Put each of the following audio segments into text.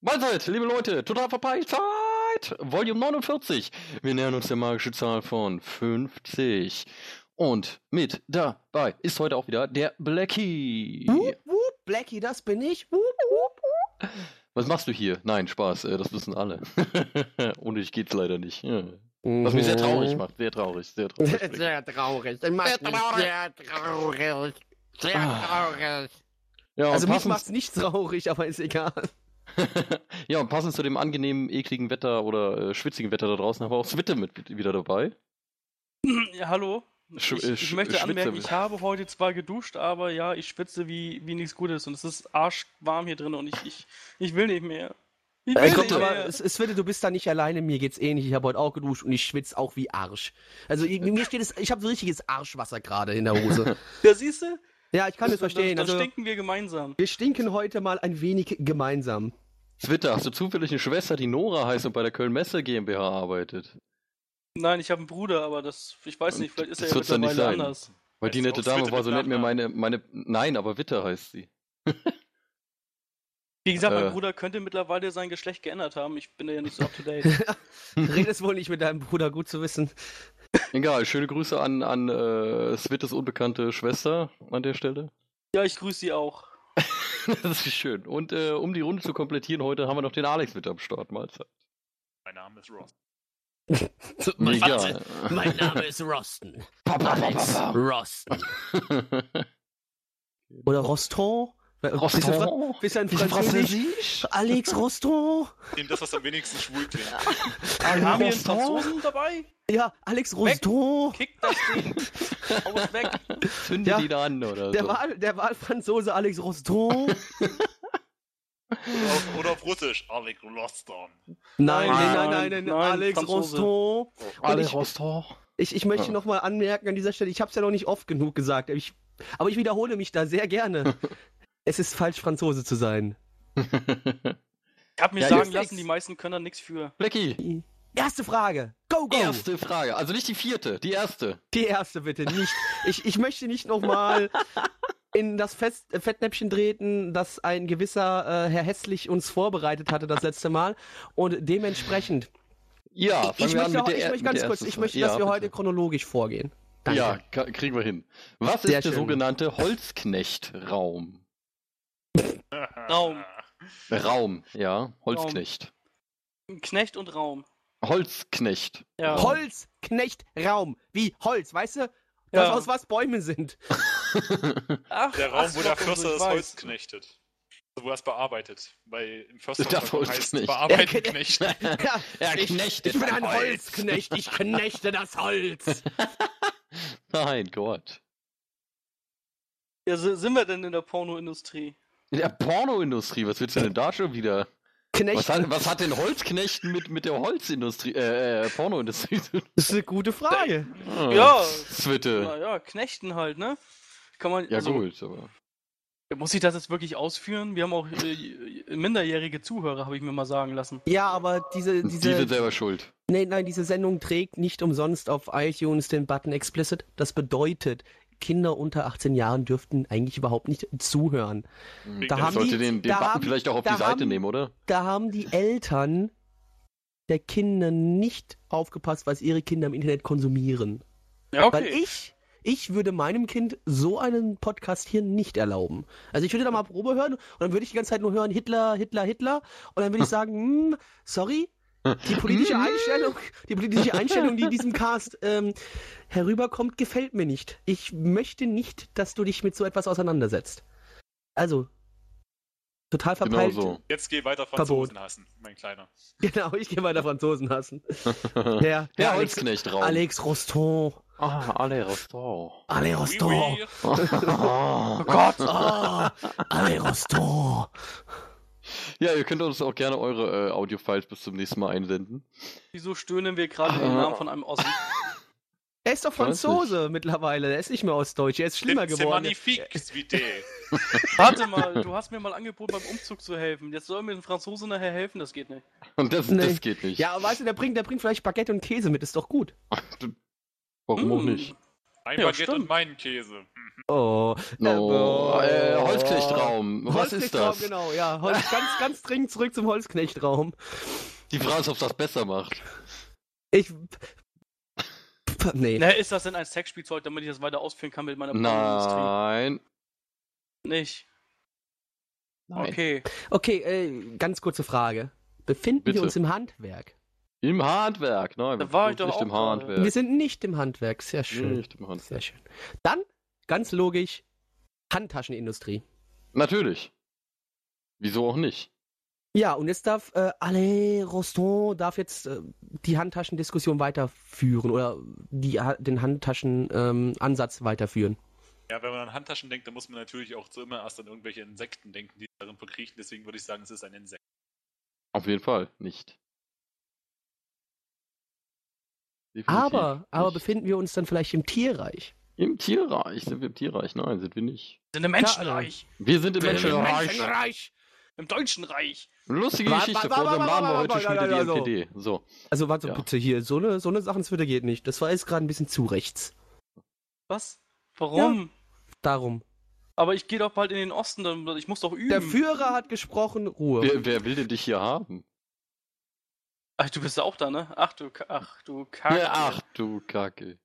Mahlzeit, liebe Leute, total verpeilt, Zeit! Volume 49. Wir nähern uns der magischen Zahl von 50. Und mit dabei ist heute auch wieder der Blackie. Wup, wup, Blackie, das bin ich. Wup, wup. Was machst du hier? Nein, Spaß, äh, das wissen alle. Ohne dich geht's leider nicht. Ja. Was mich sehr traurig macht, sehr traurig, sehr traurig. Blackie. Mhm. Sehr traurig. Das macht Sehr mich traurig. Sehr traurig. Sehr Ah. traurig. Ja, und Also mich passend- macht's nicht traurig, aber ist egal. ja, und passend zu dem angenehmen, ekligen Wetter oder äh, schwitzigen Wetter da draußen haben wir auch Switte mit wieder dabei. Ja, hallo. Sch- ich, äh, ich sch- möchte schwitze. anmerken, ich habe heute zwar geduscht, aber ja, ich schwitze wie, wie nichts Gutes und es ist arschwarm hier drin und ich, ich, ich will nicht mehr. Ich will Ey, nicht kommt, aber mehr. es, es wird, du bist da nicht alleine, mir geht's ähnlich. Ich habe heute auch geduscht und ich schwitze auch wie Arsch. Also ich, mir steht es, ich habe so richtiges Arschwasser gerade in der Hose. Ja, siehst du? ja, ich kann es Dann- verstehen. Dann Also, stinken wir gemeinsam. wir stinken heute mal ein wenig gemeinsam. Switte, hast du zufällig eine Schwester, die Nora heißt und bei der Köln Messe GmbH arbeitet? Nein, ich habe einen Bruder, aber das, ich weiß nicht, vielleicht ist er Das ja wird's dann nicht mittlerweile sein. anders. Weil die Heißt nette auch Dame Switte war so mit nett mir meine, meine. Nein, aber Witte heißt sie. Wie gesagt, Äh. mein Bruder könnte mittlerweile sein Geschlecht geändert haben. Ich bin da ja nicht so up to date. Redest wohl nicht mit deinem Bruder, gut zu wissen. Egal, schöne Grüße an, an äh, Swittes unbekannte Schwester an der Stelle. ja, ich grüße sie auch. das ist schön. Und äh, um die Runde zu komplettieren, heute haben wir noch den Alex mit am Start, Mahlzeit. Mein Name ist Ross. Mega. Mein Name ist Rosten. Alex Rosten. Oder Roston? Bist du Fra- Roston? Bist du ein Bist du Französisch? Alex Roston? Nimm das, was am wenigsten schwul klingt. Ah, Haben wir einen Roston? Franzosen dabei? Ja, Alex Roston. Kick das Ding. Haus weg. Zünde Ja. die da an, oder Der, so. Wahl, der Wahlfranzose Alex Roston? Oder auf, oder auf Russisch. Alec Roston. Nein, nein, Nein, nein, nein, nein, nein, Alex Franzose. Roston. Alex ich- Roston. Ich, ich möchte Ja. nochmal anmerken an dieser Stelle, ich habe es ja noch nicht oft genug gesagt, aber ich, aber ich wiederhole mich da sehr gerne. es ist falsch, Franzose zu sein. Ich habe mir Ja, sagen jetzt lassen, nix. die meisten können da nichts für. Blackie, Erste Frage. Go, go. erste Frage. Also nicht die vierte, die erste. Die erste bitte nicht. Ich, ich möchte nicht nochmal in das Fest, äh, Fettnäpfchen treten, das ein gewisser äh, Herr Hässlich uns vorbereitet hatte das letzte Mal. Und dementsprechend. Ja, ich, ich, wir an möchte, mit heu- der ich er- möchte mit ganz der kurz, ersten ich möchte, Frage. dass wir Ja, heute bitte. chronologisch vorgehen. Danke. Ja, ka- kriegen wir hin. Was Sehr ist der schön. sogenannte Holzknechtraum? Raum. Raum, ja, Holzknecht. Knecht und Raum. Holzknecht. Ja. Holz, Knecht, Raum. Wie Holz, weißt du? Das, Ja. aus was Bäume sind. Ach, Der Raum, ach, wo der doch, Förster ich das weiß. Holz knechtet. Also, wo er es bearbeitet. Bei im Förster Das Holz heißt knecht. bearbeiten Ja, Knecht. Ja, Er ich, knechtet ich bin ein ein Holz. Holzknecht, ich knechte das Holz. Nein, Gott. Ja, si- sind wir denn in der Pornoindustrie? In der Pornoindustrie, was willst du denn da schon wieder? Knecht, Was hat, was hat denn Holzknechten mit, mit der Holzindustrie, äh, äh Pornoindustrie zu tun? das ist eine gute Frage. Ja. Zwitte. Naja, Knechten halt, ne? Kann man. Ja, also, gut, aber. Muss ich das jetzt wirklich ausführen? Wir haben auch äh, minderjährige Zuhörer, habe ich mir mal sagen lassen. Ja, aber diese, Die diese, sind selber schuld. nee, nein, diese Sendung trägt nicht umsonst auf iTunes den Button Explicit. Das bedeutet, Kinder unter 18 Jahren dürften eigentlich überhaupt nicht zuhören. Da Ich haben sollte die- den, den da Button haben- vielleicht auch auf da die Seite haben- nehmen, oder? Da haben die Eltern der Kinder nicht aufgepasst, was ihre Kinder im Internet konsumieren. Ja, Weil ich, ich würde meinem Kind so einen Podcast hier nicht erlauben. Also ich würde da mal Probe hören und dann würde ich die ganze Zeit nur hören Hitler, Hitler, Hitler und dann würde ich sagen, hm, sorry, die politische Hm. Einstellung, die politische Einstellung, die in diesem Cast ähm, herüberkommt, gefällt mir nicht. Ich möchte nicht, dass du dich mit so etwas auseinandersetzt. Also total Genau verpeilt. so. Jetzt geh weiter Franzosen hassen, mein Kleiner. Genau, ich gehe weiter Franzosen hassen. Der, Der Alex, Holzknechtraum. Alex Roston. Ah, alle Rostor. Alex Roston. Oui, oui. Oh Gott! Oh, alle Roston! Ja, ihr könnt uns auch gerne eure äh, Audiofiles bis zum nächsten Mal einsenden. Wieso stöhnen wir gerade den Namen von einem Ossi? Er ist doch Weiß Franzose mittlerweile, er ist nicht mehr Ostdeutsch, er ist schlimmer C'est geworden. magnifique, Svite. Warte mal, du hast mir mal angeboten, beim Umzug zu helfen. Jetzt soll mir ein Franzose nachher helfen, das geht nicht. Und das, Nee. das geht nicht. Ja, aber weißt du, der bringt, der bringt vielleicht Baguette und Käse mit, ist doch gut. Warum auch Hm. nicht? Mm. Mein Ja, Baguette stimmt. und meinen Käse. Hm. Oh. No. Äh, Holzknechtraum. Was ist Holzknechtraum, das? genau, ja. Holz, ganz, ganz dringend zurück zum Holzknechtraum. Die Frage ist, ob das besser macht. Ich. Nee. Ne? Na, ist das denn ein Sexspielzeug, damit ich das weiter ausführen kann mit meiner Pornoindustrie? Nein. Nicht. Nein. Okay. Okay, äh, ganz kurze Frage. Befinden Bitte. wir uns im Handwerk? Im Handwerk. Nein, Da wir war sind ich doch nicht auch im gerade. Handwerk. Wir sind nicht im Handwerk. Sehr schön. Nicht im Handwerk. Sehr schön. Dann, ganz logisch, Handtaschenindustrie. Natürlich. Wieso auch nicht? Ja, und jetzt darf äh, Alain Rostand darf jetzt äh, die Handtaschendiskussion weiterführen oder die, Ha- den Handtaschenansatz ähm, Ansatz weiterführen. Ja, wenn man an Handtaschen denkt, dann muss man natürlich auch zuerst an irgendwelche Insekten denken, die darin verkriechen. Deswegen würde ich sagen, es ist ein Insekt. Auf jeden Fall nicht. Definitiv Aber, aber nicht. befinden wir uns dann vielleicht im Tierreich? Im Tierreich. Sind wir im Tierreich? Nein, sind wir nicht. Sind im Menschenreich. Wir sind im Wir sind im Menschenreich. Menschenreich. Im Deutschen Reich. Lustige Wa- Geschichte. wa- Vor wa- unserem wa- Laden wa- war wa- heute wa- schon wa- wieder wa- die wa- NPD. So. Also warte Ja. bitte hier, so eine, so eine Sachenswürde geht nicht. Das war jetzt gerade ein bisschen zu rechts. Was? Warum? Darum. Aber ich gehe doch bald in den Osten, dann, ich muss doch üben. Der Führer hat gesprochen, Ruhe. Wer, wer will denn dich hier haben? Ach, du bist ja auch da, ne? Ach du, Ka- ach du Kacke. Ja, ach du Kacke.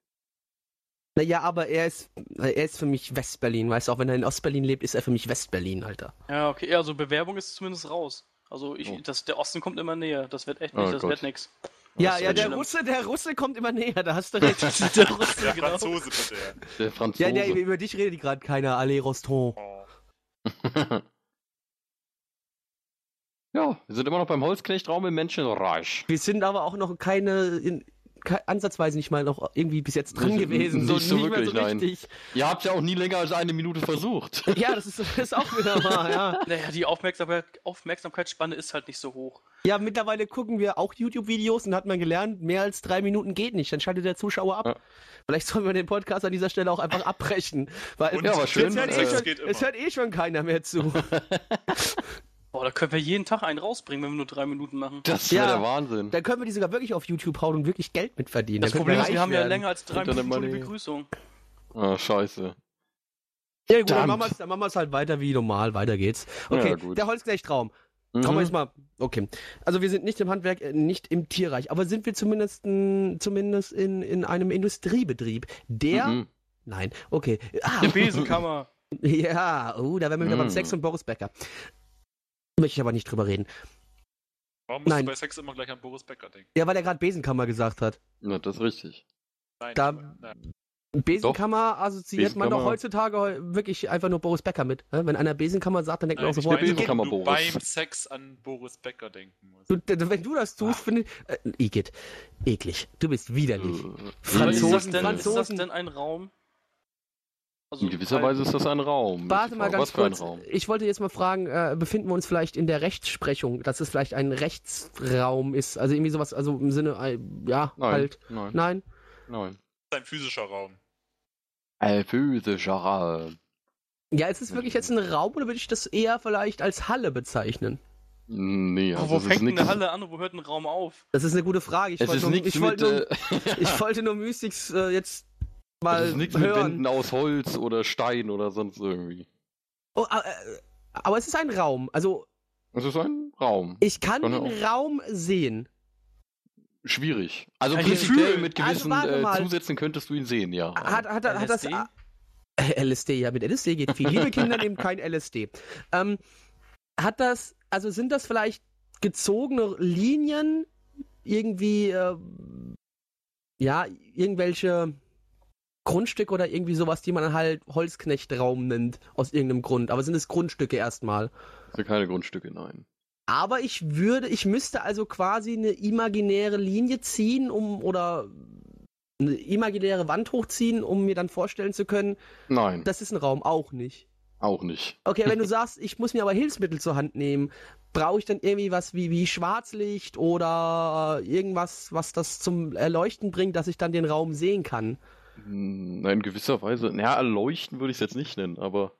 Naja, aber er ist, er ist für mich Westberlin, weißt du, auch wenn er in Ostberlin lebt, ist er für mich Westberlin, Alter. Ja, okay, ja, also Bewerbung ist zumindest raus. Also ich, Oh. das, der Osten kommt immer näher. Das wird echt Oh nicht, das Gott. wird nix. Ja, Was ja, soll der ich- schlimm. Russe, der Russe kommt immer näher, da hast du recht. der Russe, Der genau. Franzose bitte. ja. Der Franzose. Ja, ja, über dich redet gerade keiner, Alain Rostand. Oh. ja, wir sind immer noch beim Holzknechtraum im Menschenreich. Wir sind aber auch noch keine, in, ke- ansatzweise nicht mal noch irgendwie bis jetzt dran Nicht- gewesen. So, nicht so nicht mehr wirklich, so nein. richtig. Ihr habt ja auch nie länger als eine Minute versucht. Ja, das ist, das ist auch wieder wahr, ja. Naja, die Aufmerksamkeit, Aufmerksamkeitsspanne ist halt nicht so hoch. Ja, mittlerweile gucken wir auch YouTube-Videos und hat man gelernt, mehr als drei Minuten geht nicht, dann schaltet der Zuschauer ab. Ja. Vielleicht sollen wir den Podcast an dieser Stelle auch einfach abbrechen. Weil Und Ja, aber schön, es, hört eh äh, geht schon, immer. es hört eh schon keiner mehr zu. Boah, da können wir jeden Tag einen rausbringen, wenn wir nur drei Minuten machen. Das wäre Ja. der Wahnsinn. dann können wir die sogar wirklich auf YouTube hauen und wirklich Geld mit verdienen. Das Dann können Problem ist, reich wir haben ja werden. länger als drei Internet Minuten schon die Money. Begrüßung. Ah, scheiße. Ja, gut, dann Verdammt. machen, wir's, dann machen wir's halt weiter wie normal, weiter geht's. Okay, Ja, gut. der Holzknechtraum. Kommen wir Mhm. jetzt mal. Okay. Also wir sind nicht im Handwerk, äh, nicht im Tierreich, aber sind wir zumindest, n, zumindest in, in einem Industriebetrieb, der. Mhm. Nein, okay. Ah, Die Besenkammer. ja, oh, da wären wir wieder Mhm. beim Sex und Boris Becker. Möchte ich aber nicht drüber reden. Warum musst Nein. du bei Sex immer gleich an Boris Becker denken? Ja, weil er gerade Besenkammer gesagt hat. Ja, das ist richtig. Nein, Da- nein. Besenkammer assoziiert man doch Besenkammer. heutzutage heu- wirklich einfach nur Boris Becker mit. ne? Wenn einer Besenkammer sagt, dann denkt man auch Nein, ich sofort, meine, meine, Igitt. Besenkammer, du Boris. beim Sex an Boris Becker denken musst. du, d- wenn du das Ah. tust, finde ich. Äh, Igitt, eklig. Du bist Hm, widerlich. Mhm. Aber Franzosen, ist, das denn, ist das Franzosen. denn ein Raum? Also, In gewisser halt- Weise ist das ein Raum. Warte Die mal Frage, ganz Was für ein kurz. Raum? Ich wollte jetzt mal fragen, äh, befinden wir uns vielleicht in der Rechtsprechung, dass es vielleicht ein Rechtsraum ist? Also irgendwie sowas, also im Sinne, äh, ja, Nein, halt. nein, nein. Nein. Das ist ein physischer Raum. Ein physischer Raum. Ja, ist es wirklich jetzt ein Raum oder würde ich das eher vielleicht als Halle bezeichnen? Nee, Oh, also wo es ist fängt denn eine nichts. Halle an und wo hört ein Raum auf? Das ist eine gute Frage. Ich Es wollte ist nur, nichts ich mit, wollte nur, äh, ich wollte nur Mystics äh, jetzt es mal ist nichts mit hören. Wänden aus Holz oder Stein oder sonst irgendwie. Oh, aber, äh, aber es ist ein Raum. Also Es ist ein Raum. ich kann Kann auch. den Raum sehen. Schwierig. Also Ein prinzipiell Gefühl. mit Also gewissen warte äh, mal. Ah. Zusätzen könntest du ihn sehen, ja. Hat, hat, hat, hat das... LSD? Äh, LSD, ja, mit LSD geht viel. Liebe Kinder nehmen kein LSD. Ähm, hat das, also sind das vielleicht gezogene Linien, irgendwie, äh, ja, irgendwelche Grundstücke oder irgendwie sowas, die man halt Holzknechtraum nennt, aus irgendeinem Grund. Aber sind es Grundstücke erstmal? Das sind keine Grundstücke, nein. Aber ich würde, ich müsste also quasi eine imaginäre Linie ziehen, um, oder eine imaginäre Wand hochziehen, um mir dann vorstellen zu können, Nein, das ist ein Raum auch nicht. auch nicht. Okay, wenn du sagst, ich muss mir aber Hilfsmittel zur Hand nehmen, brauche ich dann irgendwie was wie, wie Schwarzlicht oder irgendwas, was das zum Erleuchten bringt, dass ich dann den Raum sehen kann? Hm, nein, in gewisser Weise. Naja, erleuchten würde ich es jetzt nicht nennen, aber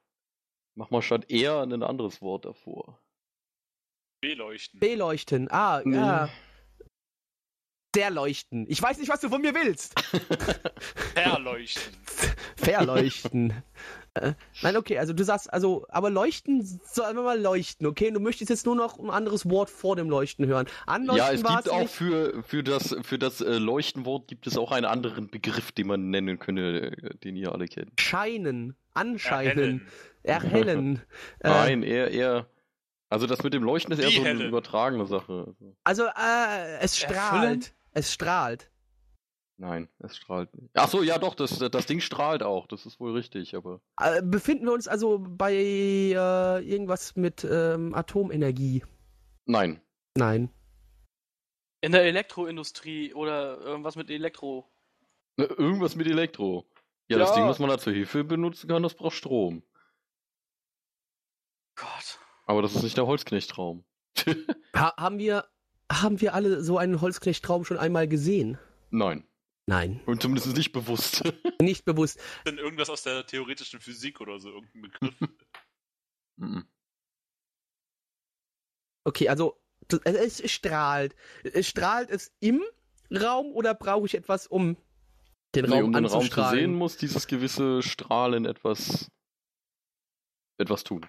mach mal statt eher ein anderes Wort davor. Beleuchten. Beleuchten, ah, Nee. ja. Verleuchten. Ich weiß nicht, was du von mir willst. Verleuchten. Verleuchten. Äh, Nein, okay, also du sagst, also, aber leuchten, sollen wir mal leuchten, okay? Und du möchtest jetzt nur noch ein anderes Wort vor dem Leuchten hören. Anleuchten ja, es war's gibt auch nicht. für, für das, für das äh, Leuchtenwort gibt es auch einen anderen Begriff, den man nennen könnte, äh, den ihr alle kennt. Scheinen, anscheinen, erhellen. Erhellen. Äh, Nein, eher, eher. Also das mit dem Leuchten ist eher Die so eine Helle. übertragene Sache. Also, Also, äh, es strahlt. Erfüllen? Es strahlt. nein, es strahlt nicht. Ach so, ja doch, das, das Ding strahlt auch, das ist wohl richtig, aber. Äh, befinden wir uns also bei äh, irgendwas mit ähm, Atomenergie? Nein. Nein. In der Elektroindustrie oder irgendwas mit Elektro. Ne, Irgendwas mit Elektro. Ja, das Ja. Ding, was man da zur Hilfe benutzen kann, das braucht Strom. Gott. Aber das ist nicht der Holzknecht-Traum. Ha haben wir haben wir alle so einen Holzknecht-Traum schon einmal gesehen? Nein. Nein, Und zumindest nicht bewusst. nicht bewusst. Ist denn irgendwas aus der theoretischen Physik oder so, irgendein Begriff? Mhm. Okay, also d- es es strahlt. Es strahlt es im Raum oder brauche ich etwas um den nee, Raum um den Raum zu anzustrahlen? sehen, muss dieses gewisse Strahlen etwas. etwas tun.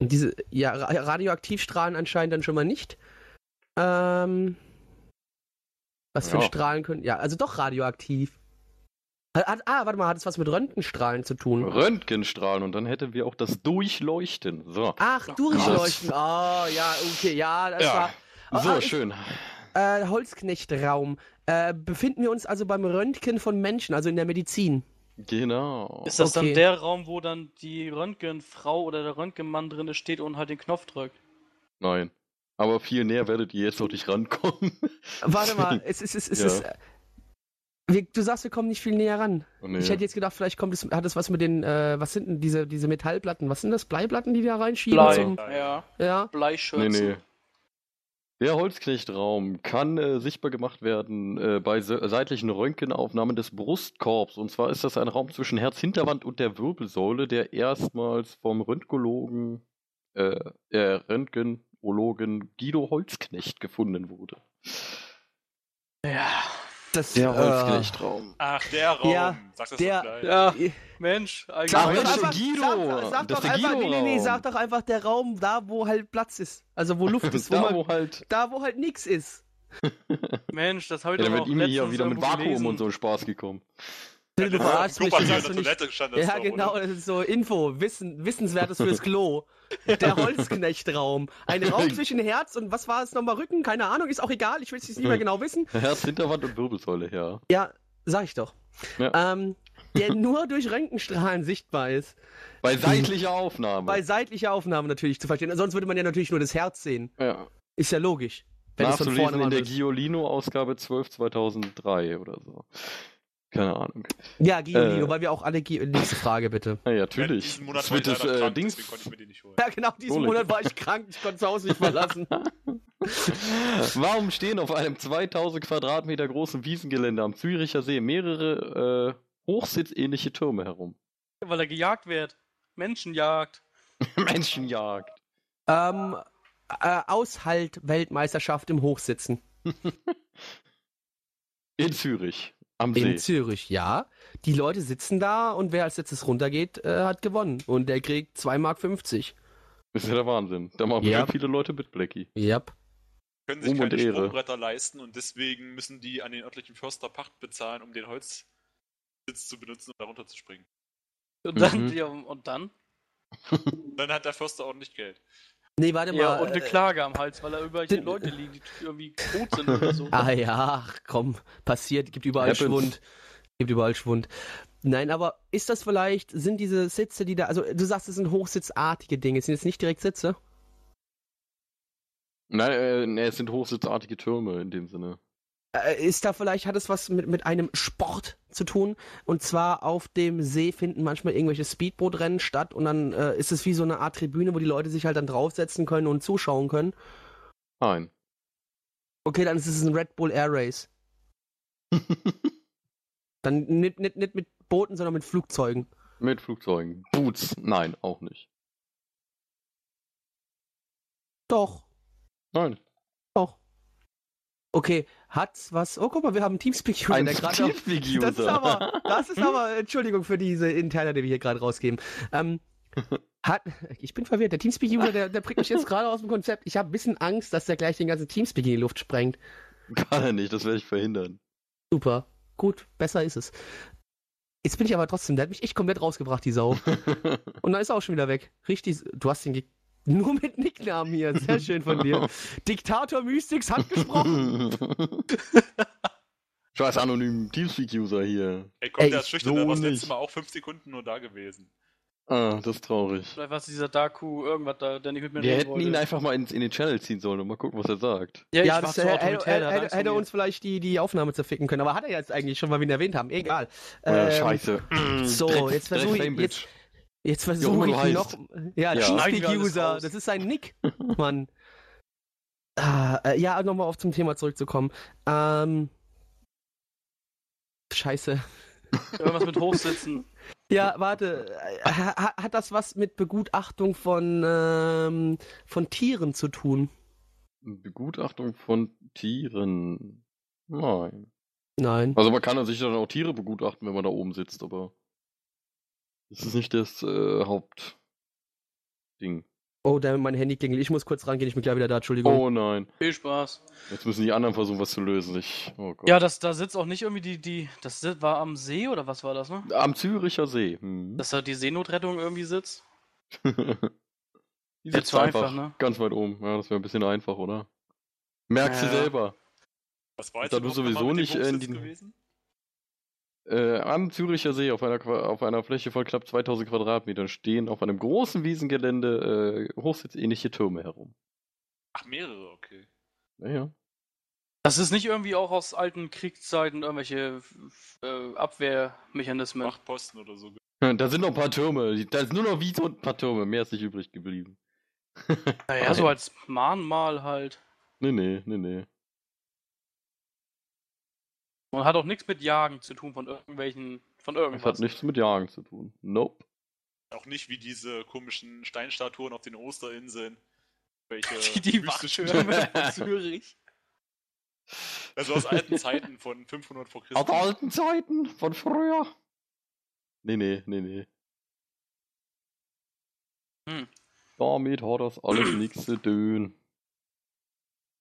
Und Diese ja ra radioaktiv strahlen anscheinend dann schon mal nicht. Ähm, was für Ja. Strahlen können? Ja, also doch radioaktiv. Hat, hat, ah, warte mal, hat es was mit Röntgenstrahlen zu tun? Röntgenstrahlen und dann hätten wir auch das Durchleuchten. So. Ach, durchleuchten. Oh, ja, okay, ja, das Ja. war. Ah, So, ah, ich- schön. Äh, Holzknechtraum. Äh, befinden wir uns also beim Röntgen von Menschen, also in der Medizin? Genau. Ist das Okay. dann der Raum, wo dann die Röntgenfrau oder der Röntgenmann drin steht und halt den Knopf drückt? Nein. Aber viel näher werdet ihr jetzt noch nicht rankommen. Warte mal, es ist. Es, es, Ja. es, äh, wir, du sagst, wir kommen nicht viel näher ran. Oh, nee. Ich hätte jetzt gedacht, vielleicht kommt es, hat es was mit den. Äh, was sind denn diese, diese Metallplatten? Was sind das? Bleiplatten, die die da reinschieben? Blei. Zum, Ja. ja. Nee, Bleischürzen. nee. Der Holzknechtraum kann äh, sichtbar gemacht werden äh, bei se- seitlichen Röntgenaufnahmen des Brustkorbs. Und zwar ist das ein Raum zwischen Herzhinterwand und der Wirbelsäule, der erstmals vom Röntgologen, äh, äh, Röntgenologen Guido Holzknecht gefunden wurde. Ah. Ja. Das, Der äh, Holzknechtraum. Ach, der Raum. Ja, Sag das der- doch gleich. Ja, Ich- Mensch, Ach, Sag Mensch, doch der einfach, Guido. Das sag, sag doch ist der einfach, nee, nee, nee, Guido-Raum. sag doch einfach der Raum, da wo halt Platz ist. Also wo Luft ist, wo da, man, wo halt. da wo halt nichts ist. Mensch, das habe ich Ja, doch dann wird auch ihm hier letztens wieder mit irgendwo Vakuum gelesen. und so ein Spaß gekommen. Will du Ja, verarschen im mich, Klopapier das in hast der du nicht. Toilette stand das Ja, doch, genau, oder? das ist so Info, Wissen, Wissenswertes fürs Klo. Der Holzknechtraum. Ein Raum zwischen Herz und was war es nochmal, Rücken? Keine Ahnung, ist auch egal, ich will es jetzt nicht mehr genau wissen. Herzhinterwand und Wirbelsäule, ja. Ja, sag ich doch. Ja. Ähm, der nur durch Röntgenstrahlen sichtbar ist. Bei seitlicher Aufnahme. Bei seitlicher Aufnahme natürlich zu verstehen. Sonst würde man ja natürlich nur das Herz sehen. ja. Ist ja logisch. Wenn es von vorne Nachzulesen in mal der ist. Giolino-Ausgabe 12 2003 oder so. Keine Ahnung. Ja, Giolino, Äh. weil wir auch alle. Gi Nächste Frage bitte. Ja, Ja, natürlich. Diesen Monat Das war ich wird das leider äh, krank, Dings. deswegen konnte ich mir den nicht holen. Ja, genau, diesen Ohne. Monat war ich krank. Ich konnte das Haus nicht verlassen. Warum stehen auf einem 2000 Quadratmeter großen Wiesengelände am Züricher See mehrere äh, hochsitzähnliche Türme herum? Weil er gejagt wird. Menschenjagd. Menschenjagd. Ähm, äh, Aushalt-Weltmeisterschaft im Hochsitzen. In Zürich. Am In See. Zürich, ja. Die Leute sitzen da und wer als letztes runtergeht, äh, hat gewonnen. Und der kriegt 2,50 Mark. Ist ja der Wahnsinn. Da machen Ja. ja. viele Leute mit, Blackie. Yep. Können sich Ruhm und keine Ehre. Sprungbretter leisten und deswegen müssen die an den örtlichen Förster Pacht bezahlen, um den Holzsitz zu benutzen und darunter zu springen. Und dann, Mhm. ja, und dann? Dann hat der Förster ordentlich Geld. Nee, warte mal. Ja, und eine äh, Klage am Hals, weil da überall den- Leute liegen, die irgendwie tot sind oder so. Ah ja, ach, komm, passiert, gibt überall Happens. Schwund. Gibt überall Schwund. Nein, aber ist das vielleicht, sind diese Sitze, die da, also du sagst, es sind hochsitzartige Dinge, es sind jetzt nicht direkt Sitze? Nein, äh, nee, es sind hochsitzartige Türme in dem Sinne. Äh, Ist da vielleicht, hat es was mit, mit einem Sport zu tun? Und zwar auf dem See finden manchmal irgendwelche Speedbootrennen statt und dann äh, ist es wie so eine Art Tribüne, wo die Leute sich halt dann draufsetzen können und zuschauen können. Nein. Okay, dann ist es ein Red Bull Air Race. Dann nicht, nicht, nicht mit Booten, sondern mit Flugzeugen. Mit Flugzeugen. Boots. Nein, auch nicht. Doch, Nein. doch. Okay, hat's was. Oh, guck mal, wir haben Teamspeak-User, Ein der gerade auf- Das ist Teamspeak-User. aber, das ist aber, Entschuldigung für diese interne, die wir hier gerade rausgeben. Ähm, hat, ich bin verwirrt. Der Teamspeak-User, der, der bringt mich jetzt gerade aus dem Konzept. Ich habe ein bisschen Angst, dass der gleich den ganzen Teamspeak in die Luft sprengt. Kann er nicht, das werde ich verhindern. Super. Gut, besser ist es. Jetzt bin ich aber trotzdem, der hat mich echt komplett rausgebracht, die Sau. Und dann ist er auch schon wieder weg. Richtig, du hast den Ge nur mit Nicknamen hier. Sehr schön von dir. Diktator Mystics hat gesprochen. Scheiß anonym Teamspeak-User hier. Ey, komm, Ey, der ist schüchtern, so der war das nicht. letzte Mal auch fünf Sekunden nur da gewesen. Ah, das ist traurig. Vielleicht war es dieser Daku, irgendwas da, der nicht mit mir Wir reden hätten ihn wollte. einfach mal in, in den Channel ziehen sollen und mal gucken, was er sagt. Ja, ich ja, war das zu äh, hätte, autoritär, der hätte, hat Angst hätte, vor hätte mir. uns vielleicht die, die Aufnahme zerficken können, aber hat er jetzt eigentlich schon, weil wir ihn erwähnt haben. Egal. Ja, Ähm, scheiße. so, jetzt versuch ich- jetzt- Jetzt Jo, versuche du ich heißt. noch. Ja, Ja. Schneiden wir alles Teamspeak-User, raus. das ist sein Nick, Mann. Ah, äh, ja, nochmal auf zum Thema zurückzukommen. Ähm, scheiße. Irgendwas mit hochsitzen. Ja, warte. Äh, ha- Hat das was mit Begutachtung von, ähm, von Tieren zu tun? Begutachtung von Tieren. Nein. Nein. Also man kann an sich dann auch Tiere begutachten, wenn man da oben sitzt, aber das ist nicht das äh, Hauptding. Oh, da mein Handy klingelt. Ich muss kurz rangehen, ich bin gleich wieder da, Entschuldigung. Oh nein. Viel Spaß. Jetzt müssen die anderen versuchen, was zu lösen. Ich, oh Gott. Ja, das, da sitzt auch nicht irgendwie die, die, das sit- war am See oder was war das, ne? Am Züricher See. Hm. Dass da die Seenotrettung irgendwie sitzt. Die Wär sitzt zu einfach, ne? Ganz weit oben. Ja, das wäre ein bisschen einfach, oder? Merkst Ja. du selber. Was war jetzt Da du überhaupt nochmal sowieso mit nicht, dem äh, in Hochsitz den- gewesen? Äh, am Züricher See auf einer, Qua- auf einer Fläche von knapp 2000 Quadratmetern stehen auf einem großen Wiesengelände äh, hochsitzähnliche Türme herum. Ach, mehrere, okay. Naja. Das ist nicht irgendwie auch aus alten Kriegszeiten irgendwelche f- äh, Abwehrmechanismen. Macht Posten oder so. Da sind noch ein paar Türme. Die- Da ist nur noch Wiese und ein paar Türme. Mehr ist nicht übrig geblieben. naja, so Also als Mahnmal halt. Nee, nee, nee, nee. Und hat auch nichts mit Jagen zu tun von irgendwelchen, von Das hat irgendwas. nichts mit Jagen zu tun. Nope. Auch nicht wie diese komischen Steinstatuen auf den Osterinseln. Welche Die, die mystischen- Wachtürme in Zürich. Also aus alten Zeiten von 500 vor Christus. Aus alten Zeiten von früher. Nee, nee, nee, nee. Hm. Damit hat das alles nichts zu tun.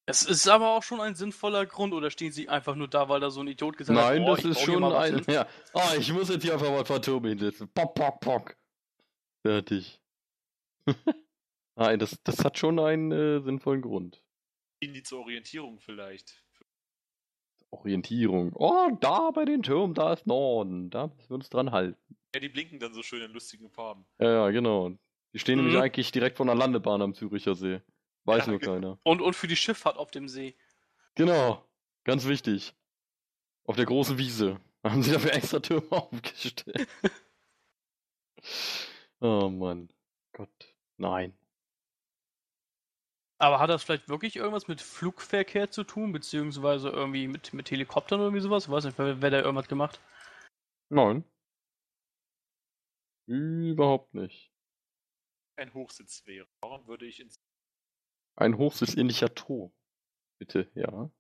Es ist aber auch schon ein sinnvoller Grund, oder stehen sie einfach nur da, weil da so ein Idiot gesagt hat, Nein, "Oh, das ich ist baue hier schon mal was ein. hin." Ja. Ah, ich muss jetzt hier einfach mal Phantom hinsetzen. Pock, pock, pock. Fertig. Nein, das, das hat schon einen äh, sinnvollen Grund. Dienen die zur Orientierung vielleicht. Orientierung. Oh, da bei den Türmen, da ist Norden. Da müssen wir uns dran halten. Ja, die blinken dann so schön in lustigen Farben. Ja, ja, genau. Die stehen Mhm. nämlich eigentlich direkt von der Landebahn am Züricher See. Weiß Ja. nur keiner. Und, und für die Schifffahrt auf dem See. Genau. Ganz wichtig. Auf der großen Wiese. Haben sie dafür extra Türme aufgestellt. oh Mann. Gott. Nein. Aber hat das vielleicht wirklich irgendwas mit Flugverkehr zu tun, beziehungsweise irgendwie mit, mit Helikoptern oder irgendwie sowas? Ich weiß nicht, wer, wer da irgendwas gemacht? Nein. Überhaupt nicht. Ein Hochsitz wäre. Warum würde ich ins. Ein hochsitzähnlicher Turm. Bitte, ja.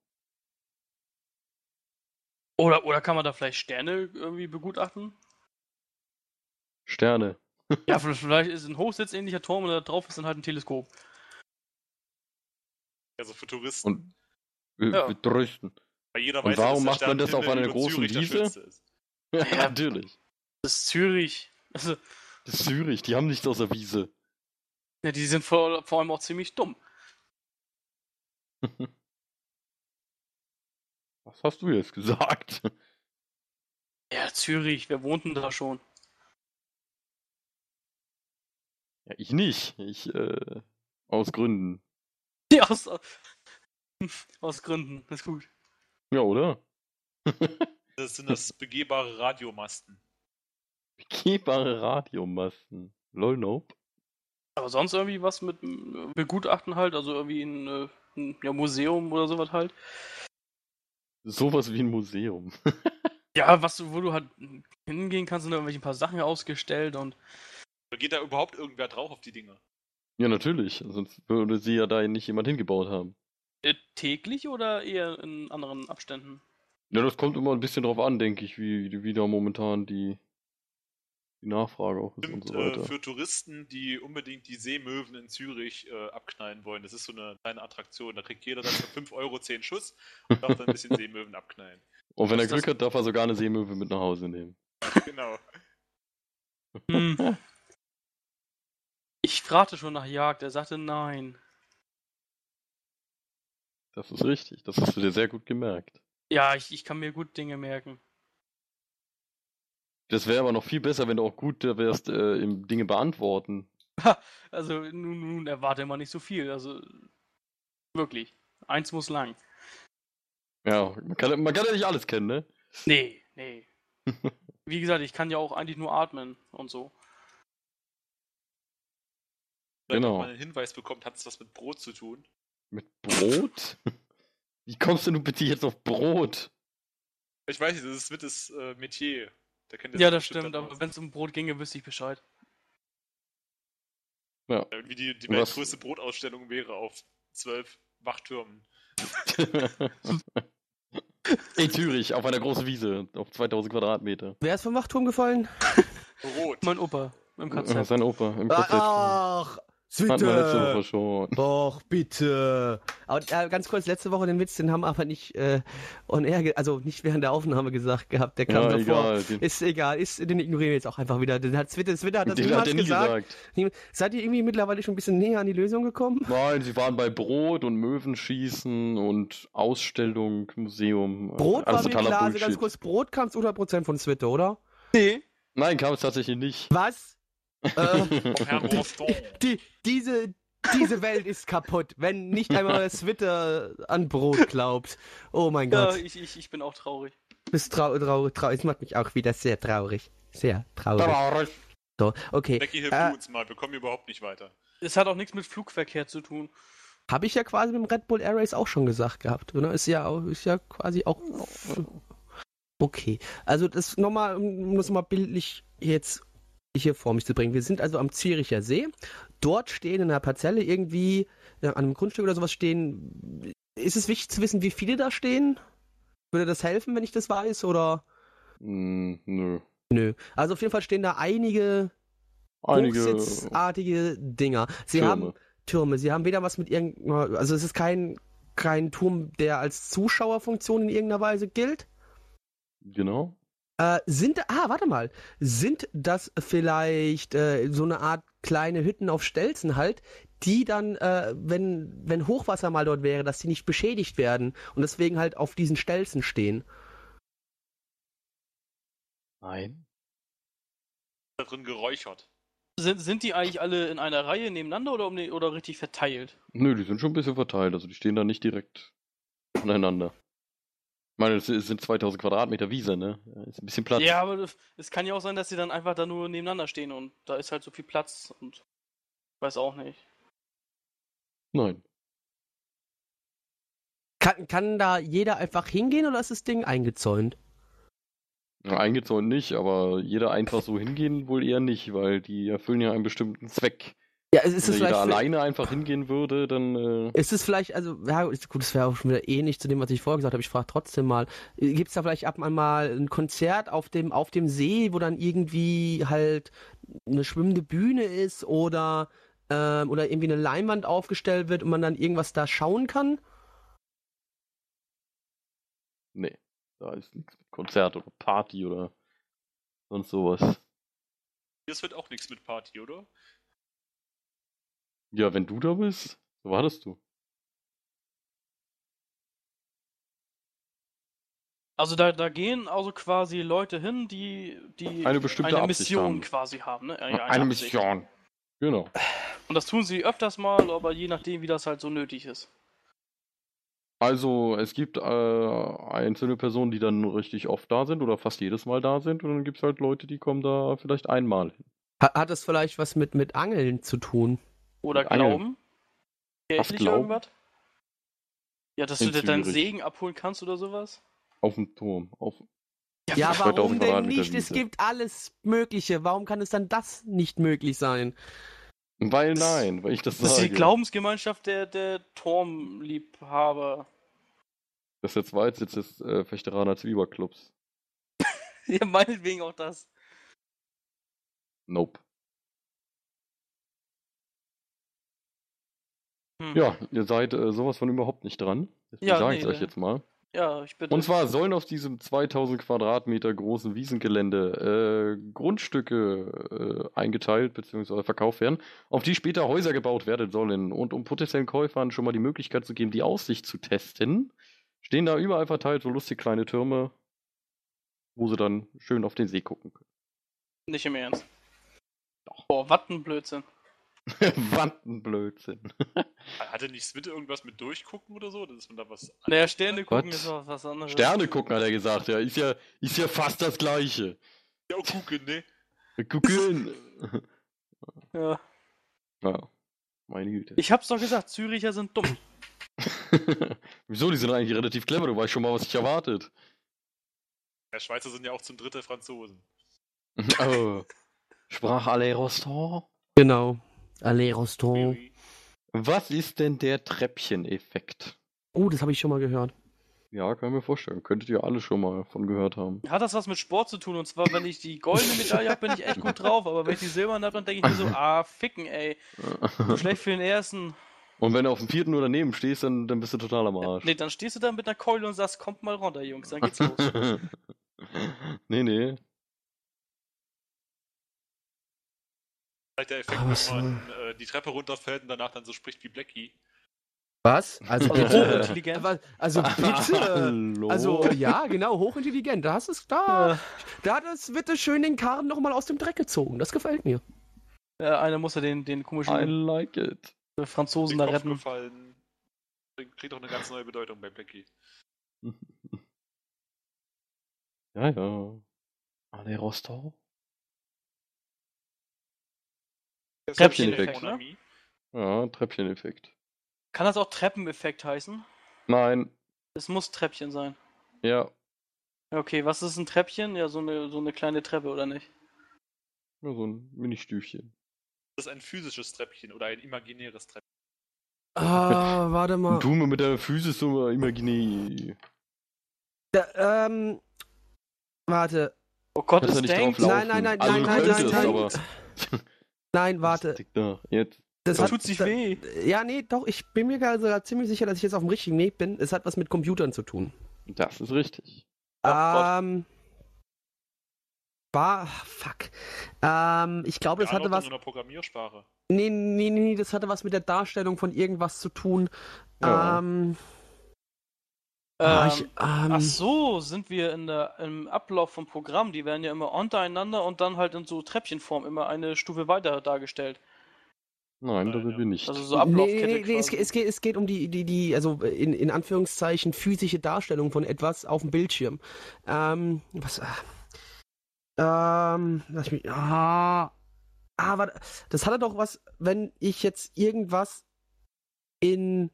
Oder, oder kann man da vielleicht Sterne irgendwie begutachten? Sterne. Ja, vielleicht- vielleicht ist ein hochsitzähnlicher Turm und da drauf ist dann halt ein Teleskop. Also für Touristen. Und äh, Ja. wir trösten. Weil jeder Und ja, warum dass macht der man das Sternenhimmel auf einer über großen Zürich der Wiese? schönste ist. Ja, Ja. natürlich. Das ist Zürich. Also, Das ist Zürich, die haben nichts aus der Wiese. ja, die sind vor, vor allem auch ziemlich dumm. Was hast du jetzt gesagt? Ja, Zürich, wer wohnt denn da schon? Ja, ich nicht. Ich, äh, aus Gründen. Ja, aus, aus Gründen, das ist gut. Ja, oder? Das sind das begehbare Radiomasten. Begehbare Radiomasten. Lol, nope. Aber sonst irgendwie was mit äh, Begutachten halt, also irgendwie ein, äh, ein ja, Museum oder sowas halt. Sowas wie ein Museum. Ja, was du, wo du halt hingehen kannst, sind da irgendwelche paar Sachen ausgestellt und Oder Geht da überhaupt irgendwer drauf auf die Dinger? Ja, natürlich. Sonst würde sie ja da nicht jemand hingebaut haben. Äh, täglich oder eher in anderen Abständen? Ja, das kommt immer ein bisschen drauf an, denke ich, wie, wie da momentan die, die Nachfrage auch ist und Stimmt, so äh, weiter. für Touristen, die unbedingt die Seemöwen in Zürich äh, abknallen wollen. Das ist so eine kleine Attraktion. Da kriegt jeder dann für 5 Euro 10 Schuss und darf dann ein bisschen Seemöwen abknallen. Und wenn er ist das- Glück hat, darf er sogar eine Seemöwe mit nach Hause nehmen. Genau. Hm. Ich fragte schon nach Jagd, er sagte nein. Das ist richtig, das hast du dir sehr gut gemerkt. Ja, ich, ich kann mir gut Dinge merken. Das wäre aber noch viel besser, wenn du auch gut da wärst äh, im Dinge beantworten. Also nun, nun erwarte immer nicht so viel. Also wirklich. Eins muss lang. Ja, man kann, ja- man kann ja nicht alles kennen, ne? Nee, nee. Wie gesagt, ich kann ja auch eigentlich nur atmen und so. Vielleicht, Genau. wenn man einen Hinweis bekommt, hat es was mit Brot zu tun. Mit Brot? Wie kommst denn du bitte jetzt auf Brot? Ich weiß nicht, das ist mit das äh, Metier. Da kennt ihr ja, sich das bestimmt stimmt, dann aber aus. wenn es um Brot ginge, wüsste ich Bescheid. Irgendwie Äh, die, die Und was- weltgrößte Brotausstellung wäre auf zwölf Wachtürmen. In Zürich, auf einer großen Wiese, auf 2000 Quadratmeter. Wer ist vom Wachturm gefallen? Rot. Mein Opa im KZ. Sein Opa im KZ. Ach, Hatten wir letzte Woche Ah, bitte. schon. Doch, bitte. Aber äh, ganz kurz, letzte Woche den Witz, den haben wir aber nicht äh, on air, ge- also nicht während der Aufnahme gesagt gehabt, der kam Ja, davor. egal. Den, Ist egal, ist, den ignorieren wir jetzt auch einfach wieder. Den hat Zwitter, Zwitter hat das den hat niemals er nie gesagt. gesagt. Niem- Seid ihr irgendwie mittlerweile schon ein bisschen näher an die Lösung gekommen? Nein, sie waren bei Brot und Möwenschießen und Ausstellung, Museum. Brot Alles war mir totaler klar, also Bullshit. ganz kurz, Brot kam zu 100% von Zwitter, oder? Nee. Nein, kam es tatsächlich nicht. Was? äh, Vom Herrn Rostand. die, diese, diese Welt ist kaputt, wenn nicht einmal Zwitter an Brot glaubt. Oh mein Ja, Gott. ich, ich, ich bin auch traurig. Bist trau traurig, traurig. Es macht mich auch wieder sehr traurig. Sehr traurig. So, okay. Becky Hill Äh. Boots mal, wir kommen hier überhaupt nicht weiter. Es hat auch nichts mit Flugverkehr zu tun. Habe ich ja quasi mit dem Red Bull Air Race auch schon gesagt gehabt, oder? Ist ja, auch- ist ja quasi auch. Okay. Also, das nochmal, um das mal bildlich jetzt hier vor mich zu bringen. Wir sind also am Züricher See. Dort stehen in einer Parzelle irgendwie, äh, an einem Grundstück oder sowas stehen. Ist es wichtig zu wissen, wie viele da stehen? Würde das helfen, wenn ich das weiß? Oder. Hm, nö. Nö. Also, auf jeden Fall stehen da einige Einige. hochsitzartige Dinger. Sie Türme. haben Türme, sie haben weder was mit irgendeiner, also es ist kein, kein Turm, der als Zuschauerfunktion in irgendeiner Weise gilt. Genau. Äh, sind, ah, warte mal, sind das vielleicht äh, so eine Art kleine Hütten auf Stelzen halt, die dann, äh, wenn, wenn Hochwasser mal dort wäre, dass die nicht beschädigt werden und deswegen halt auf diesen Stelzen stehen? Nein. Da drin geräuchert. Sind, sind die eigentlich alle in einer Reihe nebeneinander oder, um die, oder richtig verteilt? Nö, die sind schon ein bisschen verteilt, also die stehen da nicht direkt aneinander. Ich meine, es es sind 2000 Quadratmeter Wiese, ne? Ja, Ist ein bisschen Platz. Ja, aber das- es kann ja auch sein, dass sie dann einfach da nur nebeneinander stehen und da ist halt so viel Platz und weiß auch nicht. Nein. Kann, kann da jeder einfach hingehen oder ist das Ding eingezäunt? Ja, Eingezäunt nicht, aber jeder einfach so hingehen wohl eher nicht, weil die erfüllen ja einen bestimmten Zweck. Ja, es ist Wenn es jeder vielleicht für- alleine einfach hingehen würde, dann. Äh, Ist es vielleicht, also, ja, ist- gut, das wäre auch schon wieder ähnlich zu dem, was ich vorher gesagt habe. Ich frage trotzdem mal, gibt es da vielleicht ab und an mal ein Konzert auf dem, auf dem See, wo dann irgendwie halt eine schwimmende Bühne ist oder, ähm, oder irgendwie eine Leinwand aufgestellt wird und man dann irgendwas da schauen kann? nee, da ist nichts mit Konzert oder Party oder sonst sowas. Das wird auch nichts mit Party, oder? Ja, wenn du da bist, so wartest du. Also da, da gehen also quasi Leute hin, die, die Eine bestimmte eine Absicht Mission haben. quasi haben. Ne? Ja, ja, Absicht. Genau. Und das tun sie öfters mal, aber je nachdem, wie das halt so nötig ist. Also, es gibt äh, einzelne Personen, die dann richtig oft da sind oder fast jedes Mal da sind. Und dann gibt es halt Leute, die kommen da vielleicht einmal hin. Hat, hat das vielleicht was mit, mit Angeln zu tun? Oder Angeln. glauben. Was Kirchlich glauben? irgendwas? Ja, dass In du dir deinen Zürich. Segen abholen kannst oder sowas? Auf dem Turm. Auf... Ja, das wird auch warum denn verraten mit der nicht? Es Wiese. gibt alles Mögliche. Warum kann es dann das nicht möglich sein? Weil nein, weil ich das, Das ist die sage. Glaubensgemeinschaft der, der Tormliebhaber. das ist der Zweitsitz des äh, Fechteraner Zwieberclubs. Ja, meinetwegen auch das. Nope. Hm. Ja, äh. ihr seid äh, sowas von überhaupt nicht dran. Deswegen Ja, sage ich nee, euch nee. jetzt mal. Ja, ich bitte. Und zwar sollen auf diesem 2000 Quadratmeter großen Wiesengelände äh, Grundstücke äh, eingeteilt bzw. verkauft werden, auf die später Häuser gebaut werden sollen. Und um potenziellen Käufern schon mal die Möglichkeit zu geben, die Aussicht zu testen, stehen da überall verteilt so lustig kleine Türme, wo sie dann schön auf den See gucken können. Nicht im Ernst. Boah, was ein Blödsinn. Wandenblödsinn. Hatte nichts mit irgendwas mit durchgucken oder so? Dass man da was. Naja, Sterne gucken Was? ist noch was anderes. Sterne gucken, hat er gesagt. Ja, ist ja, ist ja fast das Gleiche. Äh, Ja, gucken, ne? Gucken. Ja. ja, meine Güte. Ich hab's doch gesagt, Züricher sind dumm. Wieso? Die sind eigentlich relativ clever. Du weißt schon mal, was dich erwartet. Ja, Schweizer sind ja auch zum Drittel Franzosen. oh. Sprach Alain Rostand. Genau. Allez, Roston. Ui, Was ist denn der Treppcheneffekt? Oh, das habe ich schon mal gehört. Ja, kann ich mir vorstellen. Könntet ihr alle schon mal von gehört haben. Hat das was mit Sport zu tun? Und zwar, wenn ich die goldene Medaille hab, bin ich echt gut drauf. Aber wenn ich die silberne hab, dann denke ich mir so, ah, ficken, ey. Schlecht für den ersten. Und wenn du auf dem vierten oder daneben stehst, dann, dann bist du total am Arsch. Nee, dann stehst du da mit einer Keule und sagst, kommt mal runter, Jungs, dann geht's los. Also, nee, nee. Vielleicht Halt der Effekt, Ah, was wenn man äh, die Treppe runterfällt und danach dann so spricht wie Blackie. Was? Also Also bitte. hochintelligent. Was? Also bitte. Hallo. Also ja, genau, hochintelligent. Da hast es da. Äh, Da hat es bitteschön den Karren nochmal aus dem Dreck gezogen. Das gefällt mir. Ja, einer muss ja den, den I komischen like it. Franzosen Ist da mir retten. aufgefallen. Kriegt auch eine ganz neue Bedeutung bei Blackie. Ja, ja. Alain Rostand? Treppchen-Effekt, ne? Onami. Ja, Treppcheneffekt. Kann das auch Treppeneffekt heißen? Nein. Es muss Treppchen sein. Ja. Ja, Okay, was ist ein Treppchen? Ja, so eine, so eine kleine Treppe, oder nicht? Nur so ein Ministüfchen. Das ist ein physisches Treppchen oder ein imaginäres Treppchen. Ah, warte mal. Und du mir mit der Physis so imaginär. Da, ähm, warte. Oh Gott, Kannst du es nicht drauf denkt. laufen. Nein, nein, nein, also, nein, du nein, nein, könntest, nein. aber Nein, warte. Tick da, Jetzt. Das Das hat, tut sich da- weh. Ja, nee, doch, ich bin mir gerade sogar ziemlich sicher, dass ich jetzt auf dem richtigen Weg bin. Es hat was mit Computern zu tun. Das ist richtig. Ach ähm. War. Fuck. Ähm, ich glaube, das hatte was. in der Programmiersprache. Nee, nee, nee, nee, das hatte was mit der Darstellung von irgendwas zu tun. Ja. Ähm. ah, ich, Ähm, ähm ach so, sind wir in der, im Ablauf vom Programm. Die werden ja immer untereinander und dann halt in so Treppchenform immer eine Stufe weiter dargestellt. Nein, das Nein, sind ja. wir nicht. Also so Nee, Ablaufkette nee, nee, es, quasi. ge- es, geht, es geht um die, die, die also in, in Anführungszeichen physische Darstellung von etwas auf dem Bildschirm. Ähm, was? ah, Ähm, lass mich. Ah, ah, warte. Das hatte doch was, wenn ich jetzt irgendwas in,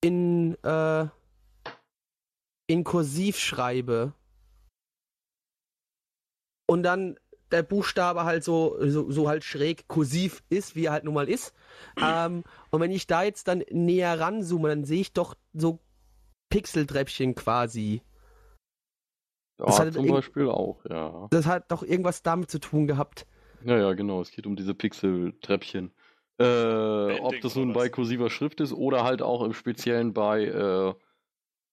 in, äh, in Kursiv schreibe. Und dann der Buchstabe halt so, so, so halt schräg kursiv ist, wie er halt nun mal ist. ähm, und wenn ich da jetzt dann näher ranzoome, dann sehe ich doch so Pixeltreppchen quasi. das ja, hatte zum irgend- Beispiel auch, ja. Das hat doch irgendwas damit zu tun gehabt. Ja, ja, genau. Es geht um diese Pixel-Treppchen. Äh, ob Bending das oder nun bei was? kursiver Schrift ist oder halt auch im Speziellen bei, äh,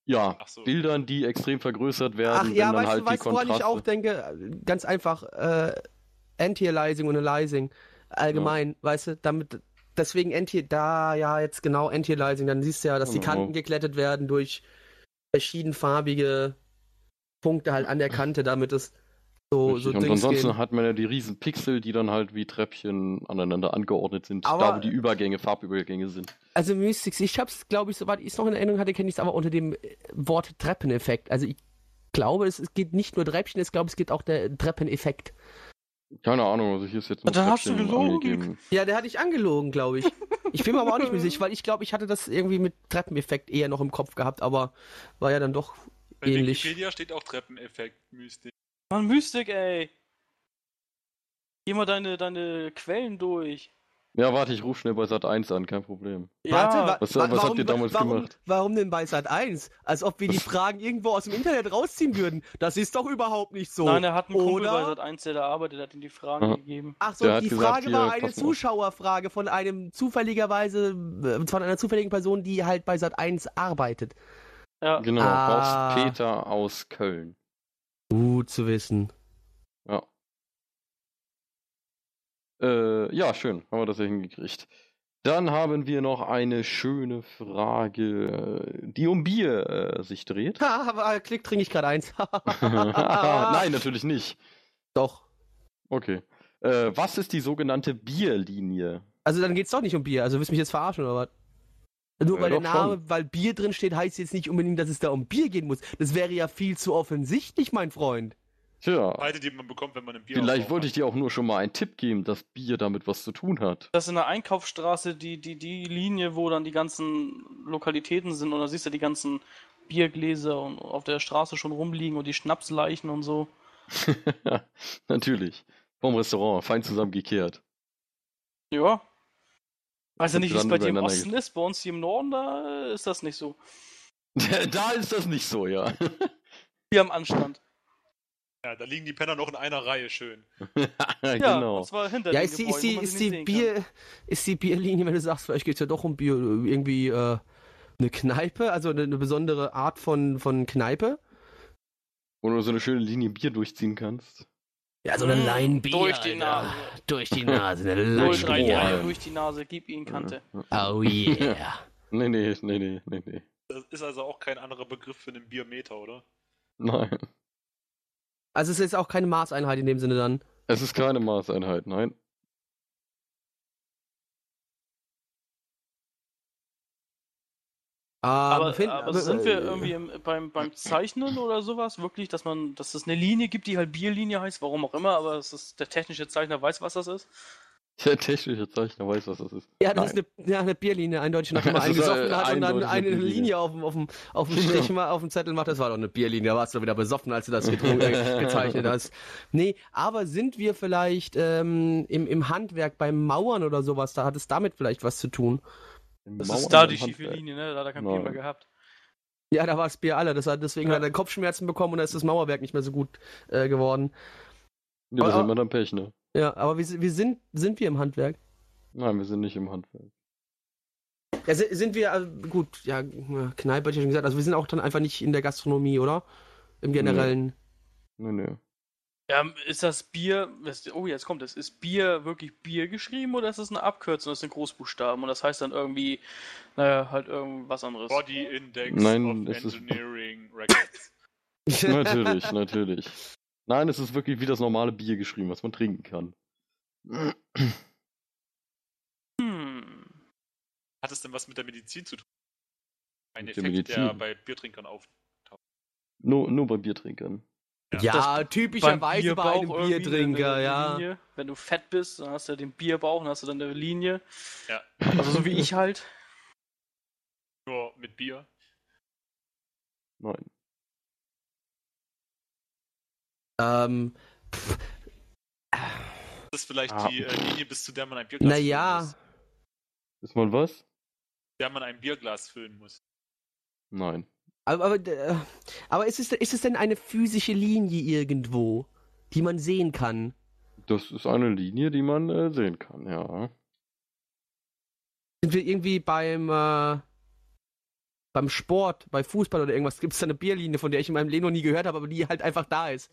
ja, Ach so. Bildern, die extrem vergrößert werden, Ach ja, wenn dann weißt halt du, die weißt, du, woran ich Kontraste. auch denke? Ganz einfach, äh, Anti-Aliasing und Aliasing. Allgemein, weißt du, damit, deswegen Anti, da, ja, jetzt genau, Anti-Aliasing, dann siehst du ja, dass die Genau. Kanten geglättet werden durch verschiedenfarbige Punkte halt an der Kante, damit es so, so Richtig. Und Dings ansonsten gehen. hat man ja die riesen Pixel, die dann halt wie Treppchen aneinander angeordnet sind, da Aber- wo die Übergänge, Farbübergänge sind. Also Mystics, ich hab's, glaube ich, soweit ich es noch in Erinnerung hatte, kenne ich es aber unter dem äh, Wort Treppeneffekt. Also ich glaube, es, es geht nicht nur Treppchen, ich glaube, es geht auch der Treppeneffekt. Keine Ahnung, also hier ist jetzt Ah, da hast du gelogen. Ja, der hatte ich angelogen, glaube ich. Ich bin mir aber auch nicht mehr sicher, weil ich glaube, ich hatte das irgendwie mit Treppeneffekt eher noch im Kopf gehabt, aber war ja dann doch. Bei Ähnlich. Wikipedia steht auch Treppeneffekt, Mystik. Mann, Mystik, ey. Geh mal deine, deine Quellen durch. Ja, warte, ich rufe schnell bei Sat 1 an, kein Problem. Warte, wa Was- wa was habt warum, ihr damals warum, gemacht? Warum denn bei Sat 1? Als ob wir die Fragen irgendwo aus dem Internet rausziehen würden. Das ist doch überhaupt nicht so. Nein, er hat einen Kumpel Oder- bei Sat 1, der da arbeitet, hat ihm die Fragen Ja. gegeben. Ach so, Der hat die gesagt, Frage hier, war eine pass mal auf. Zuschauerfrage von einem zufälligerweise, äh, von einer zufälligen Person, die halt bei Sat 1 arbeitet. Ja. Genau, Ah. Horst Peter aus Köln. Gut zu wissen. Ja. Äh, ja, schön. Haben wir das ja hingekriegt. Dann haben wir noch eine schöne Frage, die um Bier äh, sich dreht. Ha, aber Klick trinke ich gerade eins. Nein, natürlich nicht. Doch. Okay. Äh, was ist die sogenannte Bierlinie? Also dann geht's doch nicht um Bier. Also willst du mich jetzt verarschen oder was? Nur Ja, weil der doch Name, weil Bier drin steht, heißt jetzt nicht unbedingt, dass es da um Bier gehen muss. Das wäre ja viel zu offensichtlich, mein Freund. Tja, Beide, die man bekommt, wenn man ein Bier vielleicht aufmacht. wollte ich dir auch nur schon mal einen Tipp geben, dass Bier damit was zu tun hat. Das ist in der Einkaufsstraße die, die, die Linie, wo dann die ganzen Lokalitäten sind und da siehst du die ganzen Biergläser und auf der Straße schon rumliegen und die Schnapsleichen und so. Natürlich. Vom Restaurant, fein zusammengekehrt. Ja. Weiß ja Sind nicht, wie es dran bei dir im übereinander Osten ist. Bei uns hier im Norden, da äh, ist das nicht so. da ist das nicht so, ja. Hier am Anstand. Ja, da liegen die Penner noch in einer Reihe schön. Ja, genau. und zwar hinter Ja, dem ist die, Gebäude, ist die, wo man sie ist nicht die sehen kann. Bier, ist die Bierlinie, wenn du sagst, vielleicht geht's ja doch um Bier, irgendwie äh, eine Kneipe, also eine, eine besondere Art von, von Kneipe. Wo du so eine schöne Linie Bier durchziehen kannst. Ja, so Mm, eine Leinbier. Durch die Alter. Nase. Durch die Nase, eine Durch, rein die Boah. Eier, Leinbier. durch die Nase, gib ihn Kante. Oh yeah. Nee, nee, nee, nee, nee, nee. Das ist also auch kein anderer Begriff für einen Biermeter, oder? Nein. Also es ist auch keine Maßeinheit in dem Sinne dann. Es ist keine Maßeinheit, nein. Ah, Aber, befinden- aber aber- sind wir äh, irgendwie im, beim, beim Zeichnen oder sowas? Wirklich, dass man, dass es eine Linie gibt, die halt Bierlinie heißt, warum auch immer, aber es ist, der technische Zeichner weiß, was das ist. Der technische Zeichner weiß, was das ist. Ja, das ist eine, ja, eine Bierlinie, eindeutig, nachdem man Das ist, eingesoffen äh, hat und dann eindeutig eine eine Linie, Bierlinie. Genau. auf dem, auf dem, auf dem Strich, mal auf dem Zettel macht. Das war doch eine Bierlinie, da warst du wieder besoffen, als du das getrunken, äh, gezeichnet hast. Nee, aber sind wir vielleicht ähm, im, im Handwerk, beim Mauern oder sowas, da hat es damit vielleicht was zu tun. Das Mauern ist da im die schiefe Handwerk. Linie, ne? Da hat er kein äh, Nein. Bier mehr gehabt. Ja, da war es Bier alle, das hat, deswegen hat er Kopfschmerzen bekommen und da ist das Mauerwerk nicht mehr so gut äh, geworden. Ja, das Ah, hat man dann Pech, ne? Ja, aber wir, wir sind, sind wir im Handwerk? Nein, wir sind nicht im Handwerk. Ja, si- sind wir, äh, gut, ja, Kneipe hatte ich ja schon gesagt, also wir sind auch dann einfach nicht in der Gastronomie, oder? Im Generellen. Nee, nee. Ja, ist das Bier, was- oh, jetzt kommt es, ist Bier wirklich Bier geschrieben oder ist das eine Abkürzung? Das sind Großbuchstaben und das heißt dann irgendwie, naja, halt irgendwas anderes. Body Index Nein, of es ist- Engineering Records. Natürlich, natürlich. Nein, es ist wirklich wie das normale Bier geschrieben, was man trinken kann. Hm. Hat es denn was mit der Medizin zu tun? Ein Mit der Effekt, der Medizin? bei Biertrinkern auf. Nur, nur bei Biertrinkern. Ja, Beim typischerweise bei Bierbauch einem irgendwie eine- Biertrinker, eine ja. Linie. Wenn du fett bist, dann hast du den Bierbauch und hast du dann eine Linie. Ja. Also so wie ich halt. Nur mit Bier. Nein. Ähm, Das ist vielleicht Ah. die äh, Linie, bis zu der man ein Bierglas füllen naja, muss. Ist mal was? Der man ein Bierglas füllen muss. Nein. aber, aber, äh, aber ist, es, ist es denn eine physische Linie irgendwo, die man sehen kann? Das ist eine Linie, die man äh, sehen kann, ja. Sind wir irgendwie beim, äh, beim Sport, bei Fußball oder irgendwas, gibt es da eine Bierlinie, von der ich in meinem Leben noch nie gehört habe, aber die halt einfach da ist?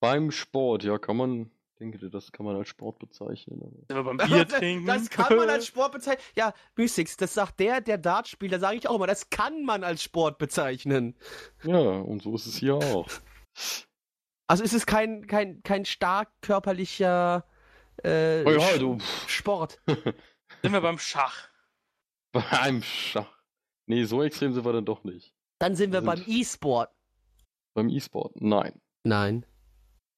Beim Sport, ja, kann man, denke dir, das kann man als Sport bezeichnen. aber- Wenn wir beim Bier trinken. Das kann man als Sport bezeichnen. Ja, Mystics, das sagt der, der Dart spielt, da sage ich auch immer, das kann man als Sport bezeichnen. Ja, und so ist es hier auch. Also ist es kein, kein, kein stark körperlicher äh, Oh ja, du. Sport. Sind wir beim Schach. Beim Schach. Nee, so extrem sind wir dann doch nicht. Dann sind wir Sind- beim E-Sport. Beim E-Sport, nein. Nein.